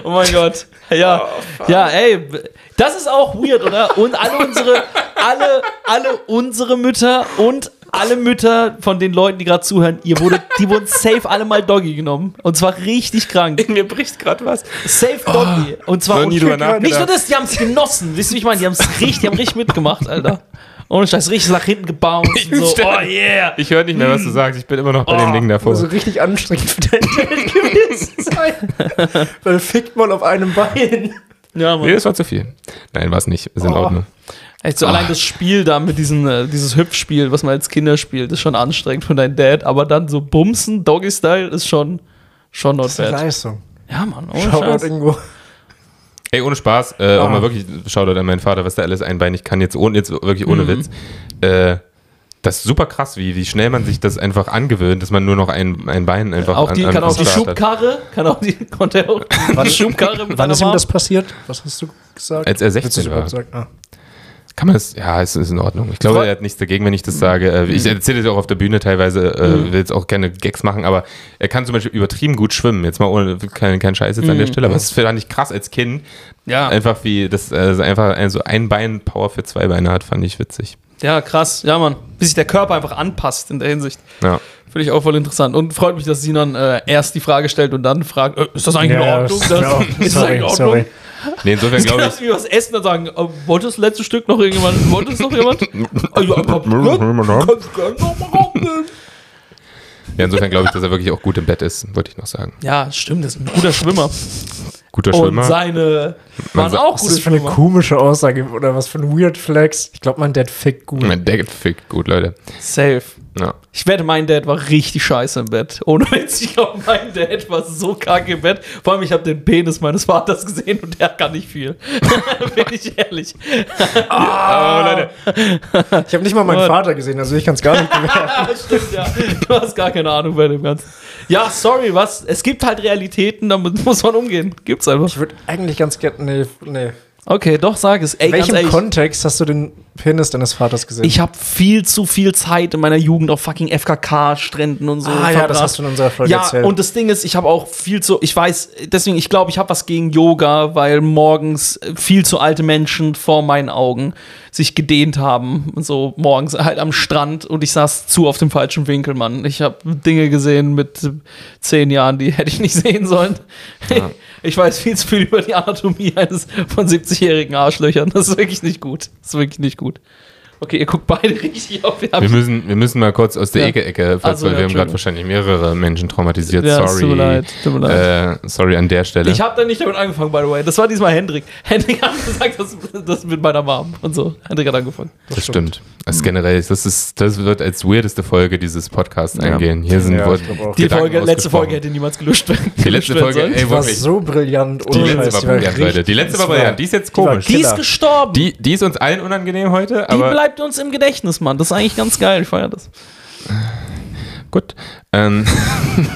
S5: oh mein Gott. Ja, ja, ey, das ist auch weird, oder? Und alle unsere, alle, alle unsere Mütter und alle Mütter von den Leuten, die gerade zuhören, ihr wurde, die wurden safe alle mal Doggy genommen. Und zwar richtig krank.
S2: mir bricht gerade was.
S5: Safe Doggy. Und zwar
S2: Noch nie drüber nachgedacht.
S5: nicht nur das, die haben es genossen. Wisst ihr, wie ich meine? Die haben es richtig, die haben richtig mitgemacht, Alter. Ohne Scheiß, richtig nach hinten gebounced und so. Oh yeah.
S2: Ich höre nicht mehr,
S5: Hm.
S2: was du sagst. Ich bin immer noch bei
S5: Oh.
S2: dem Ding davor.
S3: Muss so richtig anstrengend für dein Date gewesen sein. Weil fickt man auf einem Bein.
S5: Ja,
S2: Nee,
S5: Mann.
S2: das war zu viel. Nein, war es nicht. Ist in
S3: Oh.
S2: Ordnung.
S5: Echt so allein das Spiel da mit diesem, äh, dieses Hüpfspiel, was man als Kinder spielt, ist schon anstrengend von deinem Dad, aber dann so Bumsen, Doggy-Style ist schon, schon not bad.
S3: Leistung.
S5: Ja, Mann, ohne
S3: Shoutout
S5: Scheiß.
S3: irgendwo.
S2: Ey, ohne Spaß, äh, auch
S3: Ah.
S2: mal wirklich Shoutout an meinen Vater, was der alles einbeinig kann, jetzt, ohne, jetzt wirklich
S5: Mhm.
S2: ohne Witz. Äh, das ist super krass, wie, wie schnell man sich das einfach angewöhnt, dass man nur noch ein, ein Bein einfach
S5: Auch die,
S2: an, an,
S5: kann auch
S2: am
S5: die
S2: Start hat.
S5: Schubkarre, kann auch die, konnte er auch die Schubkarre mit
S3: Wann
S5: seiner
S3: ist ihm
S5: Mom?
S3: das passiert? Was hast du gesagt?
S2: Als er
S3: Willst
S2: 16
S3: du es überhaupt
S2: war.
S3: sagen? Ah.
S2: Kann man das? Ja, es ist in Ordnung. Ich glaube,
S5: Voll.
S2: er hat nichts dagegen, wenn ich das sage. Äh,
S5: Mhm.
S2: Ich erzähle das auch auf der Bühne teilweise, äh, will jetzt auch gerne Gags machen, aber er kann zum Beispiel übertrieben gut schwimmen. Jetzt mal ohne, kein, kein Scheiß jetzt an der Stelle, aber es fand ich krass als Kind.
S5: Mhm. Ja,
S2: Einfach wie, das äh, einfach ein- so ein Bein Power für zwei Beine hat, fand ich witzig.
S5: ja, krass. Ja, Mann. Bis sich der Körper einfach anpasst in der Hinsicht.
S2: Ja.
S5: Finde ich auch voll interessant. Und freut mich, dass Sinan äh, erst die Frage stellt und dann fragt, äh, ist das eigentlich in
S3: Ja,
S5: Ordnung?
S3: genau.
S5: das, ist das
S3: Sorry,
S5: eigentlich in Ordnung?
S3: sorry.
S2: Nee, insofern
S5: Das
S2: glaube
S5: kannst du mir was essen und sagen, äh, wollte das letzte Stück noch irgendjemand? Wollte es noch jemand? Ah,
S2: Also,
S5: ja, komm,
S2: ich.
S5: kannst gern noch mal rausnehmen.
S2: Ja, insofern glaube ich, dass er wirklich auch gut im Bett ist, wollte ich noch sagen.
S5: ja, stimmt, das ist ein guter Schwimmer.
S2: Guter
S5: Und
S2: Schwimmer.
S5: seine
S2: Man
S5: waren
S2: sa-
S5: auch
S3: Was ist
S5: gute
S3: Also, das für eine
S5: Schwimmer.
S3: komische Aussage oder was für ein Weird Flex? Ich glaube, mein Dad fickt gut.
S2: Mein Dad fickt gut, Leute.
S5: Safe.
S2: Ja.
S5: Ich wette, mein Dad war richtig scheiße im Bett. Ohne Witz, ich glaube, mein Dad war so kacke im Bett. Vor allem, ich habe den Penis meines Vaters gesehen und der kann nicht viel. Bin ich ehrlich.
S3: Oh,
S5: Ah.
S3: Ich habe nicht mal meinen
S5: Mann.
S3: Vater gesehen, also ich kann es gar nicht bewerten.
S5: Ah, stimmt, ja. Du hast gar keine Ahnung bei dem Ganzen. Ja, sorry, was? Es gibt halt Realitäten, damit muss man umgehen. Gibt's einfach.
S3: Ich würde eigentlich ganz gerne. Nee, nee.
S5: Okay, doch, sag es. Ey,
S3: In welchem
S5: ganz ehrlich,
S3: Kontext hast du den Penis deines Vaters gesehen?
S5: ich habe viel zu viel Zeit in meiner Jugend auf fucking FKK-Stränden und so.
S3: ah ja, das hast du in unserer Folge
S5: Ja,
S3: erzählt.
S5: und das Ding ist, ich habe auch viel zu, ich weiß, deswegen, ich glaube, ich habe was gegen Yoga, weil morgens äh, viel zu alte Menschen vor meinen Augen sich gedehnt haben. So morgens halt am Strand und ich saß zu auf dem falschen Winkel, Mann. Ich habe Dinge gesehen mit zehn Jahren, die hätte ich nicht sehen sollen. Ich weiß viel zu viel über die Anatomie eines von 70-jährigen Arschlöchern. Das ist wirklich nicht gut. Das ist wirklich nicht gut. Okay, ihr guckt beide richtig auf. Ihr habt-
S2: Wir müssen, wir müssen mal kurz aus der
S5: Ja.
S2: Ecke, falls
S5: Also,
S2: weil
S5: ja,
S2: wir haben gerade
S5: Entschuldigung.
S2: wahrscheinlich mehrere Menschen traumatisiert.
S5: Ja, es
S2: sorry.
S5: tut mir leid, tut mir
S2: Äh, sorry an der Stelle.
S5: Ich habe da nicht damit angefangen, by the way. Das war diesmal Hendrik. Hendrik hat gesagt, das, das mit meiner Mom und so. Hendrik hat angefangen.
S2: das stimmt. Das generell, ist- das ist, das wird als weirdeste Folge dieses Podcasts eingehen. Hier sind
S3: Ja,
S2: wurden
S3: ich glaub auch.
S5: Die
S2: Gedanken
S5: Folge, letzte
S2: ausgesprochen.
S5: Folge hätte niemals gelöscht werden.
S2: Die letzte
S5: gelöscht werden
S2: Folge,
S5: sollen.
S2: ey,
S3: die war
S2: wirklich.
S3: so brillant.
S2: Die
S3: ohne
S2: letzte
S3: Scheiß,
S2: war brillant,
S3: richtig-
S2: Leute. Die letzte war
S3: das
S2: brillant. Die ist jetzt
S3: die war
S2: komisch.
S5: Die ist
S3: Killer.
S5: gestorben. Die,
S2: Die, die ist uns allen unangenehm heute, aber
S5: bleibt uns im Gedächtnis, Mann. Das ist eigentlich ganz geil. Ich feier das.
S2: gut. Ähm,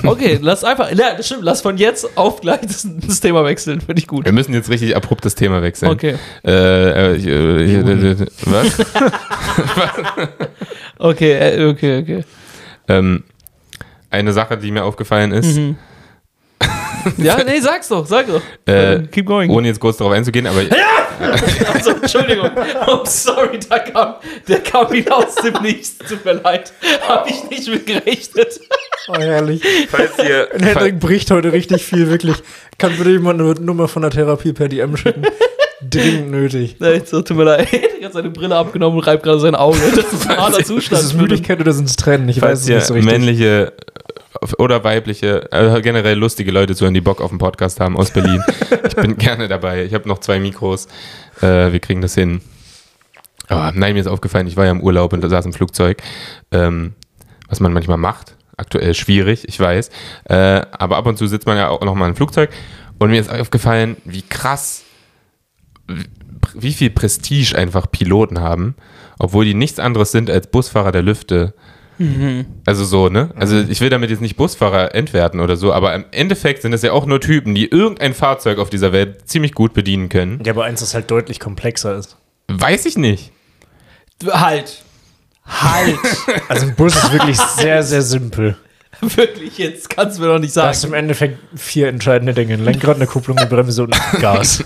S5: Okay, lass einfach. Ja, das stimmt. Lass von jetzt auf gleich das, das Thema wechseln. Finde ich gut.
S2: wir müssen jetzt richtig abrupt das Thema wechseln.
S5: Okay.
S2: Äh, äh, ich, äh, ich, äh, äh, was?
S5: Okay, äh, okay, okay.
S2: Ähm, eine Sache, die mir aufgefallen ist,
S5: Ja, nee, sag's doch. Sag doch.
S2: Äh,
S5: Keep going.
S2: ohne jetzt kurz darauf einzugehen, aber
S5: Also, Entschuldigung. Oh, sorry, da kam, der kam wieder aus dem Nichts. Tut mir leid. Hab ich nicht mit gerechnet.
S3: Oh, herrlich.
S2: falls ihr,
S3: Hendrik bricht heute richtig viel, wirklich. Kann bitte jemand eine Nummer von der Therapie per DM schicken? Dringend nötig.
S5: Nein, so, tut mir leid. Er hat seine Brille abgenommen und reibt gerade sein Auge. Das ist ein harter Zustand.
S3: Ist es Müdigkeit oder sind es Tränen? Ich weiß
S2: falls
S3: es
S2: ihr
S3: nicht so richtig.
S2: männliche oder weibliche, also generell lustige Leute zuhören, die Bock auf den Podcast haben aus Berlin. ich bin gerne dabei. Ich habe noch zwei Mikros. Äh, wir kriegen das hin. Aber nein, mir ist aufgefallen, ich war ja im Urlaub und saß im Flugzeug. Ähm, was man manchmal macht. Aktuell schwierig, ich weiß. Äh, aber ab und zu sitzt man ja auch nochmal im Flugzeug. Und mir ist aufgefallen, wie krass, wie wie viel Prestige einfach Piloten haben, obwohl die nichts anderes sind als Busfahrer der Lüfte. Also so, ne? Also ich will damit jetzt nicht Busfahrer entwerten oder so, aber im Endeffekt sind es ja auch nur Typen, die irgendein Fahrzeug auf dieser Welt ziemlich gut bedienen können.
S3: Ja, aber eins, das halt deutlich komplexer ist.
S2: Weiß ich nicht.
S5: Halt. Halt.
S3: Also ein Bus ist wirklich sehr, sehr simpel.
S5: Wirklich, jetzt kannst du mir doch nicht
S3: Da hast du
S5: sagen.
S3: im Endeffekt vier entscheidende Dinge. Ein Lenkrad, eine Kupplung, eine Bremse und ein Gas.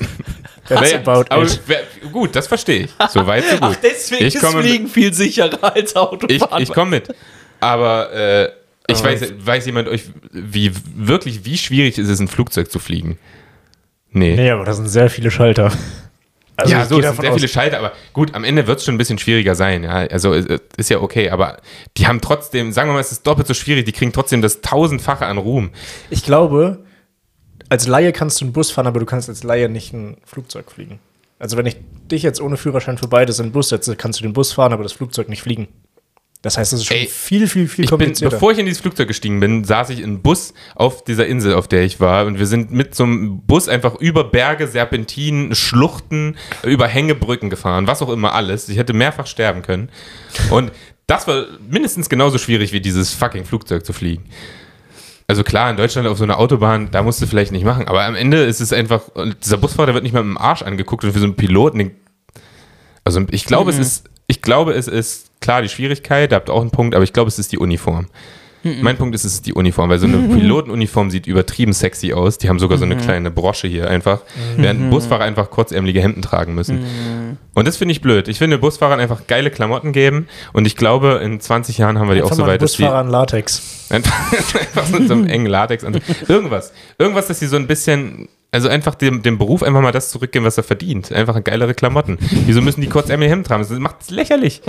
S3: That's
S2: Wer-
S3: about
S2: aber
S3: it.
S2: wer- gut, das verstehe ich. So weit, so
S5: Ach,
S2: gut.
S5: deswegen
S2: Ich
S5: ist
S2: komme-
S5: Fliegen viel sicherer als
S2: ich
S5: Autofahren.
S2: ich komme mit. Aber äh, ich weiß, weiß jemand euch, wie wirklich, wie schwierig ist es, ein Flugzeug zu fliegen? Nee.
S3: Nee, aber da sind sehr viele Schalter. Also
S2: ja,
S3: ich
S2: so,
S3: gehe
S2: es sind sehr viele Schalter, aber gut, am Ende wird es schon ein bisschen schwieriger sein. Ja, also äh, ist ja okay, aber die haben trotzdem, sagen wir mal, es ist doppelt so schwierig, die kriegen trotzdem das Tausendfache an Ruhm.
S3: Ich glaube, als Laie kannst du einen Bus fahren, aber du kannst als Laie nicht ein Flugzeug fliegen. Also wenn ich dich jetzt ohne Führerschein für beides in den Bus setze, kannst du den Bus fahren, aber das Flugzeug nicht fliegen. Das heißt, es ist schon
S2: Ey,
S3: viel, viel, viel
S2: Ich bin,
S3: komplizierter.
S2: bevor ich in dieses Flugzeug gestiegen bin, saß ich in Bus auf dieser Insel, auf der ich war. Und wir sind mit so einem Bus einfach über Berge, Serpentinen, Schluchten, über Hängebrücken gefahren, was auch immer alles. Ich hätte mehrfach sterben können. Und das war mindestens genauso schwierig wie dieses fucking Flugzeug zu fliegen. Also klar, in Deutschland auf so einer Autobahn, da musst du vielleicht nicht machen. Aber am Ende ist es einfach, und dieser Busfahrer der wird nicht mal mit dem Arsch angeguckt und für so einen Piloten, den, also ich glaube, es ist, ich glaube, es ist klar die Schwierigkeit, da habt ihr auch einen Punkt, aber ich glaube, es ist die Uniform. Mein Punkt ist, es ist die Uniform, weil so eine Pilotenuniform sieht übertrieben sexy aus. Die haben sogar so eine kleine Brosche hier einfach, während Busfahrer einfach kurzärmelige Hemden tragen müssen. Und das finde ich blöd. Ich finde Busfahrern einfach geile Klamotten geben und ich glaube, in 20 Jahren haben wir die auch
S3: Einfach
S2: so
S3: mal einen
S2: weit, dass die
S3: Busfahrer in Latex.
S2: Einfach, einfach so mit so einem engen Latex. Irgendwas. Irgendwas, dass sie so ein bisschen Also einfach dem, dem Beruf einfach mal das zurückgeben, was er verdient. Einfach geilere Klamotten. Wieso müssen die kurz Emily Hemd haben? Das macht es lächerlich.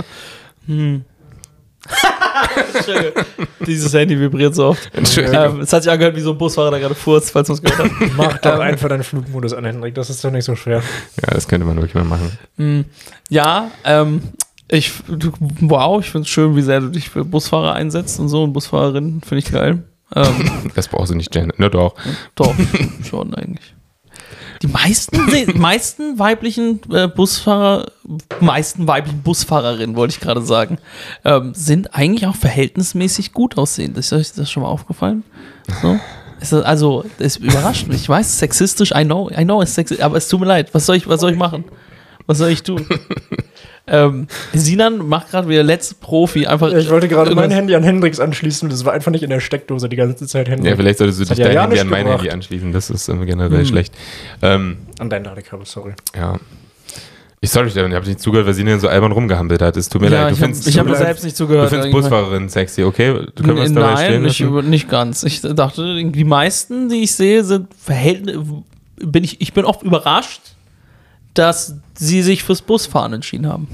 S5: Dieses Handy vibriert so oft.
S2: Entschuldigung.
S5: Ähm, es hat sich angehört, wie so ein Busfahrer, der gerade furzt, falls man es gehört hat.
S3: Mach doch einfach deinen Flugmodus an, Henrik. Das ist doch nicht so schwer.
S2: Ja, das könnte man wirklich mal machen.
S5: Ja, ähm, ich, du- wow, ich finde es schön, wie sehr du dich für Busfahrer einsetzt und so und Busfahrerinnen, finde ich geil. Ähm,
S2: Das brauchst du nicht, Jen. Na doch.
S5: doch, schon eigentlich. Die meisten, se- meisten weiblichen äh, Busfahrer, meisten weiblichen Busfahrerinnen, wollte ich gerade sagen, ähm, sind eigentlich auch verhältnismäßig gut aussehend. Ist euch das schon mal aufgefallen? So? Es Ist, also, es überrascht mich. Ich weiß, sexistisch, I know, I know, es ist sexistisch, aber es tut mir leid. Was soll ich, was soll ich machen? Was soll ich tun? ähm, Sinan macht gerade wieder letzte Profi. Einfach
S3: Ich wollte gerade mein
S5: irgendwas-
S3: Handy an Hendriks anschließen. Das war einfach nicht in der Steckdose die ganze Zeit, Hendrik.
S2: Ja, vielleicht solltest du
S3: Das
S2: dich
S3: hat
S2: dein
S3: ja
S2: Handy
S3: Janisch
S2: an mein
S3: gebracht.
S2: Handy anschließen. Das ist ähm, generell
S5: Hm.
S2: schlecht. Ähm,
S3: An dein Ladekabel, sorry.
S2: ja. Ich soll euch da, ich habe nicht zugehört, weil sie denn so albern rumgehampelt hat. Es tut mir
S5: Ja,
S2: leid. Du
S5: ich habe
S2: findest,
S5: hab
S2: du
S5: mir
S2: findest-
S5: selbst nicht zugehört.
S2: du findest
S5: irgendwie.
S2: Busfahrerinnen sexy, okay? Du können wir es
S5: N-
S2: dabei
S5: Nein,
S2: stehen
S5: ich,
S2: lassen?
S5: nicht ganz. Ich dachte, die meisten, die ich sehe, sind Verhältnis. Bin ich, ich bin oft überrascht, dass sie sich fürs Busfahren entschieden haben.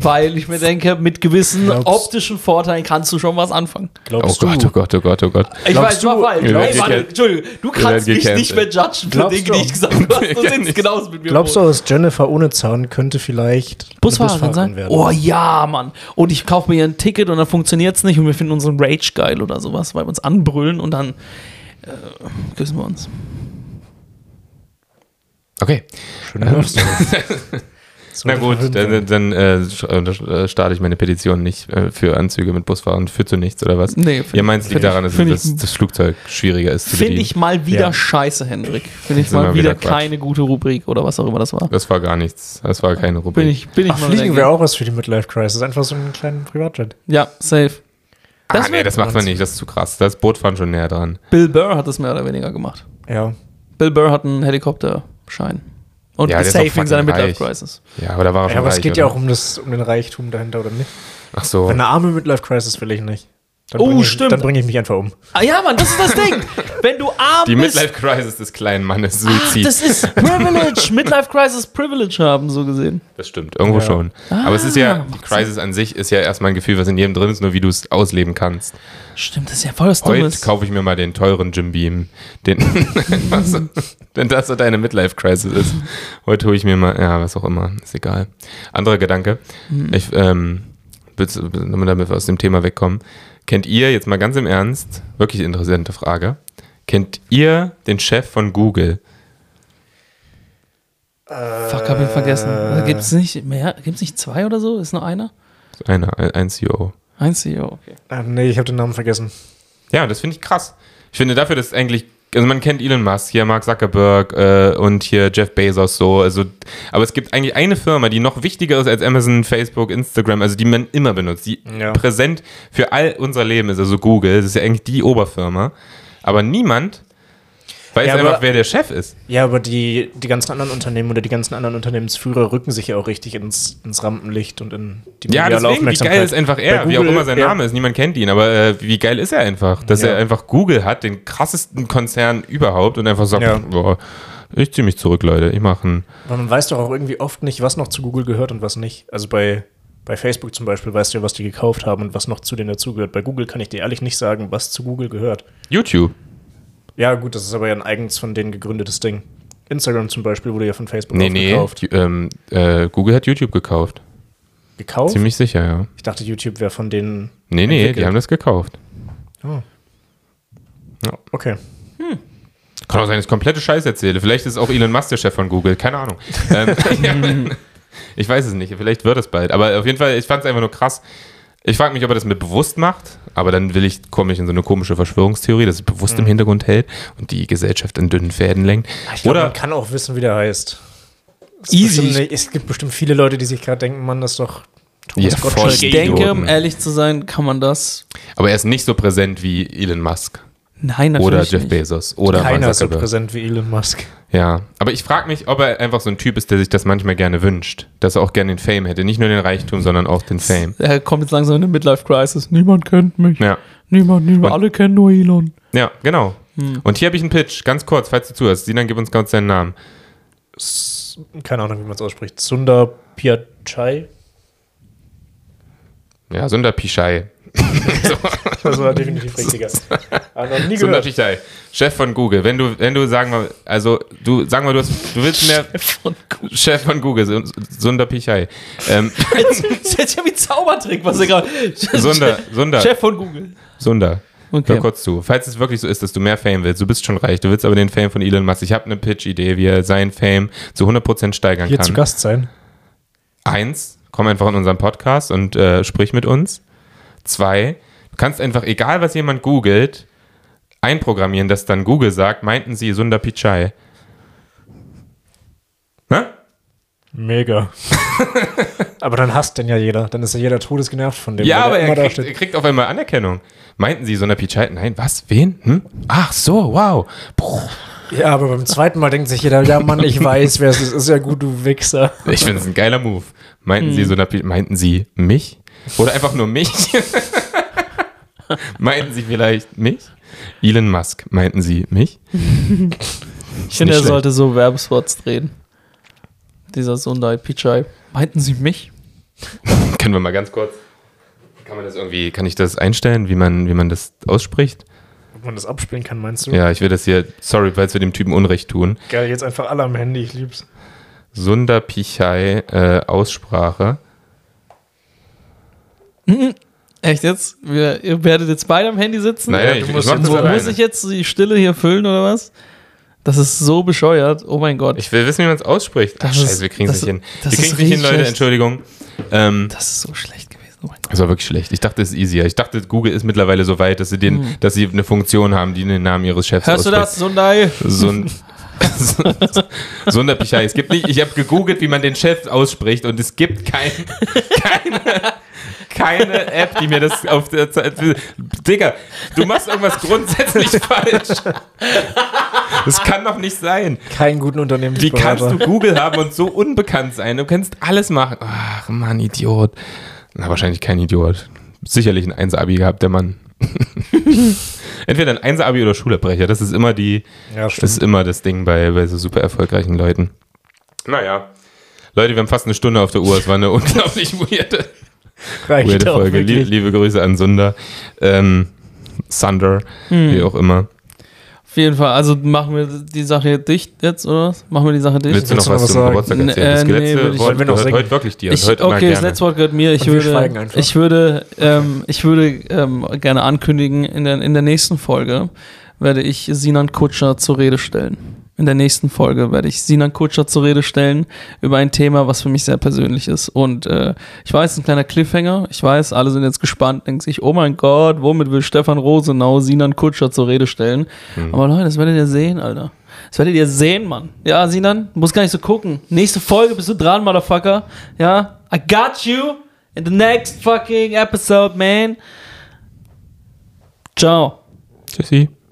S5: Weil ich mir denke, mit gewissen
S3: Glaubst-
S5: optischen Vorteilen kannst du schon was anfangen.
S2: Oh
S3: Glaubst
S2: Gott,
S3: du,
S2: oh Gott, oh Gott, oh Gott.
S5: Ich
S3: Glaubst
S5: weiß, du, war
S3: du-
S5: falsch.
S2: Ihr werdet
S5: Ey, warte,
S2: gecancelt.
S5: Entschuldigung, du
S2: Ihr
S5: kannst
S2: werdet
S5: mich nicht mehr
S2: gecancelt.
S5: judgen für
S3: Glaubst
S5: Dinge, die
S3: du?
S5: ich gesagt habe. Du sitzt
S2: nicht.
S5: genauso mit mir.
S3: glaubst
S5: im
S3: du, aus Jennifer ohne Zahn könnte vielleicht eine
S5: Busfahrerin sein?
S3: werden?
S5: Oh ja, Mann. Und ich kaufe mir ein Ticket und dann funktioniert es nicht und wir finden unseren Rage geil oder sowas, weil wir uns anbrüllen und dann äh, küssen wir uns.
S2: Okay. Ähm.
S3: Schöne Love Story.
S2: Na gut, dann, dann äh, sch- äh, sch- äh, starte ich meine Petition nicht äh, für Anzüge mit Busfahrern. Führt zu nichts oder was?
S5: Nee, find
S2: Ihr meint, es
S5: ich-
S2: liegt
S5: find
S2: daran, dass
S5: ich- find
S2: das,
S5: ich-
S2: das Flugzeug schwieriger ist zu
S5: Finde
S2: bedienen.
S5: ich mal wieder
S3: Ja.
S5: scheiße, Hendrik. Finde ich
S2: Sind
S5: mal
S2: wir
S5: wieder
S2: wieder Quatsch.
S5: keine gute Rubrik oder was auch immer das war.
S2: Das war gar nichts. Das war keine Rubrik.
S5: Bin ich, bin ich
S3: Ach,
S5: mal
S3: fliegen
S5: dagegen.
S3: wäre auch was für die Midlife Crisis. Einfach so einen kleinen Privatjet.
S5: Ja, safe. Das
S2: ah, nee,
S5: wär-
S2: das macht man nicht. Das ist zu krass. Das Boot fahren schon näher dran.
S5: Bill Burr hat es mehr oder weniger gemacht.
S3: Ja.
S5: Bill Burr hat einen Helikopterschein. Und
S2: Ja, der ist
S5: safe
S2: auch
S5: in seiner
S2: fucking
S5: Midlife
S2: reich.
S5: Crisis.
S2: Ja, aber da war er schon
S3: Ja, aber es
S2: reich,
S3: geht ja Oh.
S2: oder?
S3: auch um, das, um den Reichtum dahinter, oder nicht?
S2: Ach so.
S3: Eine arme Midlife Crisis will ich nicht. Dann
S5: Oh,
S3: bring ich,
S5: stimmt.
S3: Dann bringe ich mich einfach um.
S5: Ah ja, Mann, das ist das Ding. Wenn du arm
S2: Die
S5: bist,
S2: Midlife Crisis des kleinen Mannes.
S3: Ah,
S5: Ach,
S2: Suizid.
S5: das ist Privilege. Midlife Crisis Privilege haben, so gesehen.
S2: Das stimmt, irgendwo
S3: Ja. Ah,
S2: schon. Aber es ist ja, die
S5: macht
S2: Crisis an sich ist ja erstmal ein Gefühl, was in jedem drin ist, nur wie du es ausleben kannst.
S5: Stimmt, das ist ja voll das
S2: Heute
S5: Dummes.
S2: kaufe ich mir mal den teuren Jim Beam. Den, was, so- wenn das so deine Midlife-Crisis ist. Heute hole ich mir mal, ja, was auch immer, ist egal. Anderer Gedanke. Ich, ähm, willst- damit damit wir aus dem Thema wegkommen. Kennt ihr, jetzt mal ganz im Ernst, wirklich interessante Frage, kennt ihr den Chef von Google?
S5: Fuck, hab ihn vergessen. Gibt es nicht mehr? Gibt es nicht zwei oder so? Ist nur einer?
S2: Einer, ein E ein CEO.
S5: Ein CEO, okay.
S3: Ah, nee, ich habe den Namen vergessen.
S2: Ja, das finde ich krass. Ich finde dafür, dass eigentlich, also man kennt Elon Musk, hier Mark Zuckerberg äh, und hier Jeff Bezos so, also, aber es gibt eigentlich eine Firma, die noch wichtiger ist als Amazon, Facebook, Instagram, also die man immer benutzt, die
S3: Ja.
S2: präsent für all unser Leben ist, also Google, das ist ja eigentlich die Oberfirma, aber niemand weiß
S3: Ja, aber-
S2: einfach, wer der Chef ist.
S3: Ja, aber die, die ganzen anderen Unternehmen oder die ganzen anderen Unternehmensführer rücken sich ja auch richtig ins, ins Rampenlicht und in die
S2: Ja,
S3: mediale
S2: deswegen, wie geil ist einfach er,
S3: Bei
S2: wie auch
S3: Google,
S2: immer sein
S3: ja.
S2: Name ist, niemand kennt ihn, aber äh, wie geil ist er einfach, dass
S3: Ja.
S2: er einfach Google hat, den krassesten Konzern überhaupt und einfach sagt,
S3: Ja.
S2: boah, ich ziehe mich zurück, Leute, ich mache einen
S3: Aber man weiß doch auch irgendwie oft nicht, was noch zu Google gehört und was nicht. Also bei, bei Facebook zum Beispiel weißt du ja, was die gekauft haben und was noch zu denen dazugehört. Bei Google kann ich dir ehrlich nicht sagen, was zu Google gehört.
S2: YouTube.
S3: Ja, gut, das ist aber ja ein eigens von denen gegründetes Ding. Instagram zum Beispiel wurde ja von Facebook
S2: Nee, nee.
S3: aufgekauft.
S2: ju- Ähm, äh, Google hat YouTube gekauft.
S3: Gekauft?
S2: Ziemlich sicher, ja.
S3: Ich dachte, YouTube wäre von denen.
S2: Nee, nee, die
S3: Entwickelt.
S2: haben das gekauft.
S3: Oh.
S2: Ja.
S3: Okay.
S2: Kann auch sein, dass ich komplette Scheiß erzähle. Vielleicht ist auch Elon Musk der Chef von Google. Keine Ahnung. ähm, ja. ich weiß es nicht. Vielleicht wird es bald. Aber auf jeden Fall, ich fand es einfach nur krass. Ich frage mich, ob er das mit bewusst macht, aber dann will ich, komme ich in so eine komische Verschwörungstheorie, dass es bewusst im Hintergrund hält und die Gesellschaft in dünnen Fäden lenkt.
S3: Mhm. Ah, Ich glaub,
S2: Oder
S3: man kann auch wissen, wie der heißt. Es ist
S5: Easy.
S3: bestimmt- es gibt bestimmt viele Leute, die sich gerade denken, Mann, das ist doch Thomas
S2: Ja, voll.
S3: Gottschalk.
S5: Ich
S2: Idioten.
S5: denke, um
S3: äh,
S5: ehrlich zu sein, kann man das.
S2: aber er ist nicht so präsent wie Elon Musk
S5: Nein, natürlich
S2: oder Jeff
S5: nicht.
S2: Bezos oder Mark
S3: Keiner ist so
S2: Zuckerberg.
S3: präsent wie Elon Musk.
S2: Ja, aber ich frage mich, ob er einfach so ein Typ ist, der sich das manchmal gerne wünscht. Dass er auch gerne den Fame hätte. Nicht nur den Reichtum, sondern auch den Fame.
S5: Er kommt jetzt langsam in eine Midlife Crisis. Niemand kennt mich.
S2: Ja,
S5: Niemand, niemand.
S2: Und-
S5: alle kennen nur Elon.
S2: ja genau.
S5: Hm.
S2: Und hier habe ich einen Pitch, ganz kurz, falls du zuhörst. Sinan, gib uns kurz deinen Namen.
S3: S- Keine Ahnung, wie man es ausspricht. Sundar Pichai.
S2: Ja, Sundar Pichai.
S3: Das war definitiv richtiger. Aber noch nie
S2: Sundar
S3: gehört.
S2: Pichai, Chef von Google. Wenn du, wenn du sagen wir, also du, sagen wir, du, hast, du willst mehr
S5: Von Google.
S2: Chef von Google, Sun- Sundar Pichai. Ähm,
S5: Das ist jetzt ja wie ein Zaubertrick, was er gerade.
S2: Sundar, Sundar,
S5: Chef von Google.
S2: Sundar.
S5: Okay.
S2: Hör kurz zu. Falls es wirklich so ist, dass du mehr Fame willst, du bist schon reich, du willst aber den Fame von Elon Musk. Ich habe eine Pitch-Idee, wie er seinen Fame zu 100% steigern
S3: Hier
S2: kann.
S3: zu Gast sein.
S2: Eins, komm einfach in unseren Podcast und äh, sprich mit uns. Zwei, du kannst einfach, egal was jemand googelt, einprogrammieren, dass dann Google sagt, meinten sie Sundar Pichai. Ne?
S3: Mega. aber dann hasst den ja jeder. Dann ist ja jeder todesgenervt von dem.
S2: Ja, aber
S3: weil der
S2: er
S3: immer da
S2: kriegt,
S3: steht.
S2: er kriegt auf einmal Anerkennung. Meinten sie Sundar Pichai? Nein, was? Wen? Hm? Ach so, wow. Puh,
S3: Ja, aber beim zweiten Mal denkt sich jeder, ja Mann, ich weiß, wer es ist. Ist ja gut, du Wichser.
S2: Ich finde es ein geiler Move. Meinten
S3: Hm.
S2: sie Sundar Pichai? Meinten sie mich? Oder einfach nur mich? meinten sie vielleicht mich? Elon Musk, meinten sie mich?
S5: Ich finde,
S2: nicht
S5: er
S2: schlecht.
S5: sollte so Werbespots drehen. Dieser Sundai Pichai. Meinten Sie mich?
S2: Können wir mal ganz kurz. Kann man das irgendwie, kann ich das einstellen, wie man, wie man das ausspricht?
S3: Ob man das abspielen kann, meinst du?
S2: Ja, ich will das hier, sorry, falls wir dem Typen Unrecht tun.
S3: Geil, jetzt einfach alle am Handy, ich lieb's.
S2: Sundar Pichai, äh, Aussprache.
S5: Echt jetzt? Wir, ihr werdet jetzt beide am Handy sitzen?
S2: Naja, ich,
S3: du
S2: ich
S3: musst
S2: mach
S3: jetzt
S2: das
S5: Wo
S3: alleine.
S5: muss ich jetzt die Stille hier füllen oder was? Das ist so bescheuert. Oh mein Gott.
S2: Ich will wissen, wie man es ausspricht. Ach,
S5: Das ist-
S2: scheiße, wir kriegen es
S5: das
S2: nicht hin.
S5: ist-
S2: Wir
S5: das
S2: kriegen
S5: ist
S2: es nicht hin,
S5: richtig
S2: Leute,
S5: schlecht.
S2: Entschuldigung. Ähm,
S5: das ist so schlecht gewesen. Oh mein Gott.
S2: das war wirklich schlecht. Ich dachte, es ist easier. Ich dachte, Google ist mittlerweile so weit, dass sie, den, dass sie eine Funktion haben, die den Namen ihres Chefs
S5: Hm. Hörst du das,
S2: ausspricht.
S5: Sundai?
S2: Sund Sundar Pichai. Es gibt nicht, ich habe gegoogelt, wie man den Chef ausspricht und es gibt kein, keine, keine App, die mir das auf der Zeit. Digga, du machst irgendwas grundsätzlich falsch. Das kann doch nicht sein.
S3: Keinen guten Unternehmen.
S2: Wie kannst du Google haben und so unbekannt sein? Du kannst alles machen. Ach, Mann, Idiot. Na, wahrscheinlich kein Idiot. Sicherlich ein 1 abi gehabt, der Mann. Entweder ein 1 abi oder Schulabbrecher. Das ist immer die,
S3: Ja,
S2: das
S3: stimmt.
S2: ist immer das Ding bei, bei so super erfolgreichen Leuten. Naja. Leute, wir haben fast eine Stunde auf der Uhr. Es war eine unglaublich weirde,
S3: Reicht
S2: weirde
S3: auch
S2: Folge. Lie
S3: wirklich.
S2: liebe Grüße an Sunder. Ähm, Sunder, wie
S5: Hm.
S2: auch immer.
S5: Auf jeden Fall. Also machen wir die Sache dicht jetzt, oder? was? Machen wir die Sache dicht?
S2: Willst du noch was zum
S3: sagen?
S2: Geburtstag erzählen?
S5: Nee,
S2: das
S5: äh, nee,
S2: letzte
S5: will ich-
S2: Wort
S3: Wollen wir noch
S2: gehört
S3: singen?
S2: heute wirklich dir.
S5: Ich,
S2: heute mal
S5: okay, das
S2: gerne.
S5: letzte Wort gehört mir. Ich
S3: Und wir schweigen
S5: würde,
S3: einfach.
S5: ich würde, ähm, ich würde ähm, gerne ankündigen, in der, in der nächsten Folge werde ich Sinan Kutscher zur Rede stellen. In der nächsten Folge werde ich Sinan Kutscher zur Rede stellen über ein Thema, was für mich sehr persönlich ist. Und äh, ich weiß, ein kleiner Cliffhanger. Ich weiß, alle sind jetzt gespannt, denken sich, oh mein Gott, womit will Stefan Rosenau Sinan Kutscher zur Rede stellen?
S2: Hm.
S5: Aber Leute, das werdet ihr sehen, Alter. Das werdet ihr sehen, Mann. Ja, Sinan, du musst gar nicht so gucken. Nächste Folge bist du dran, Motherfucker. Ja, I got you in the next fucking episode, man. Ciao.
S2: Tschüssi.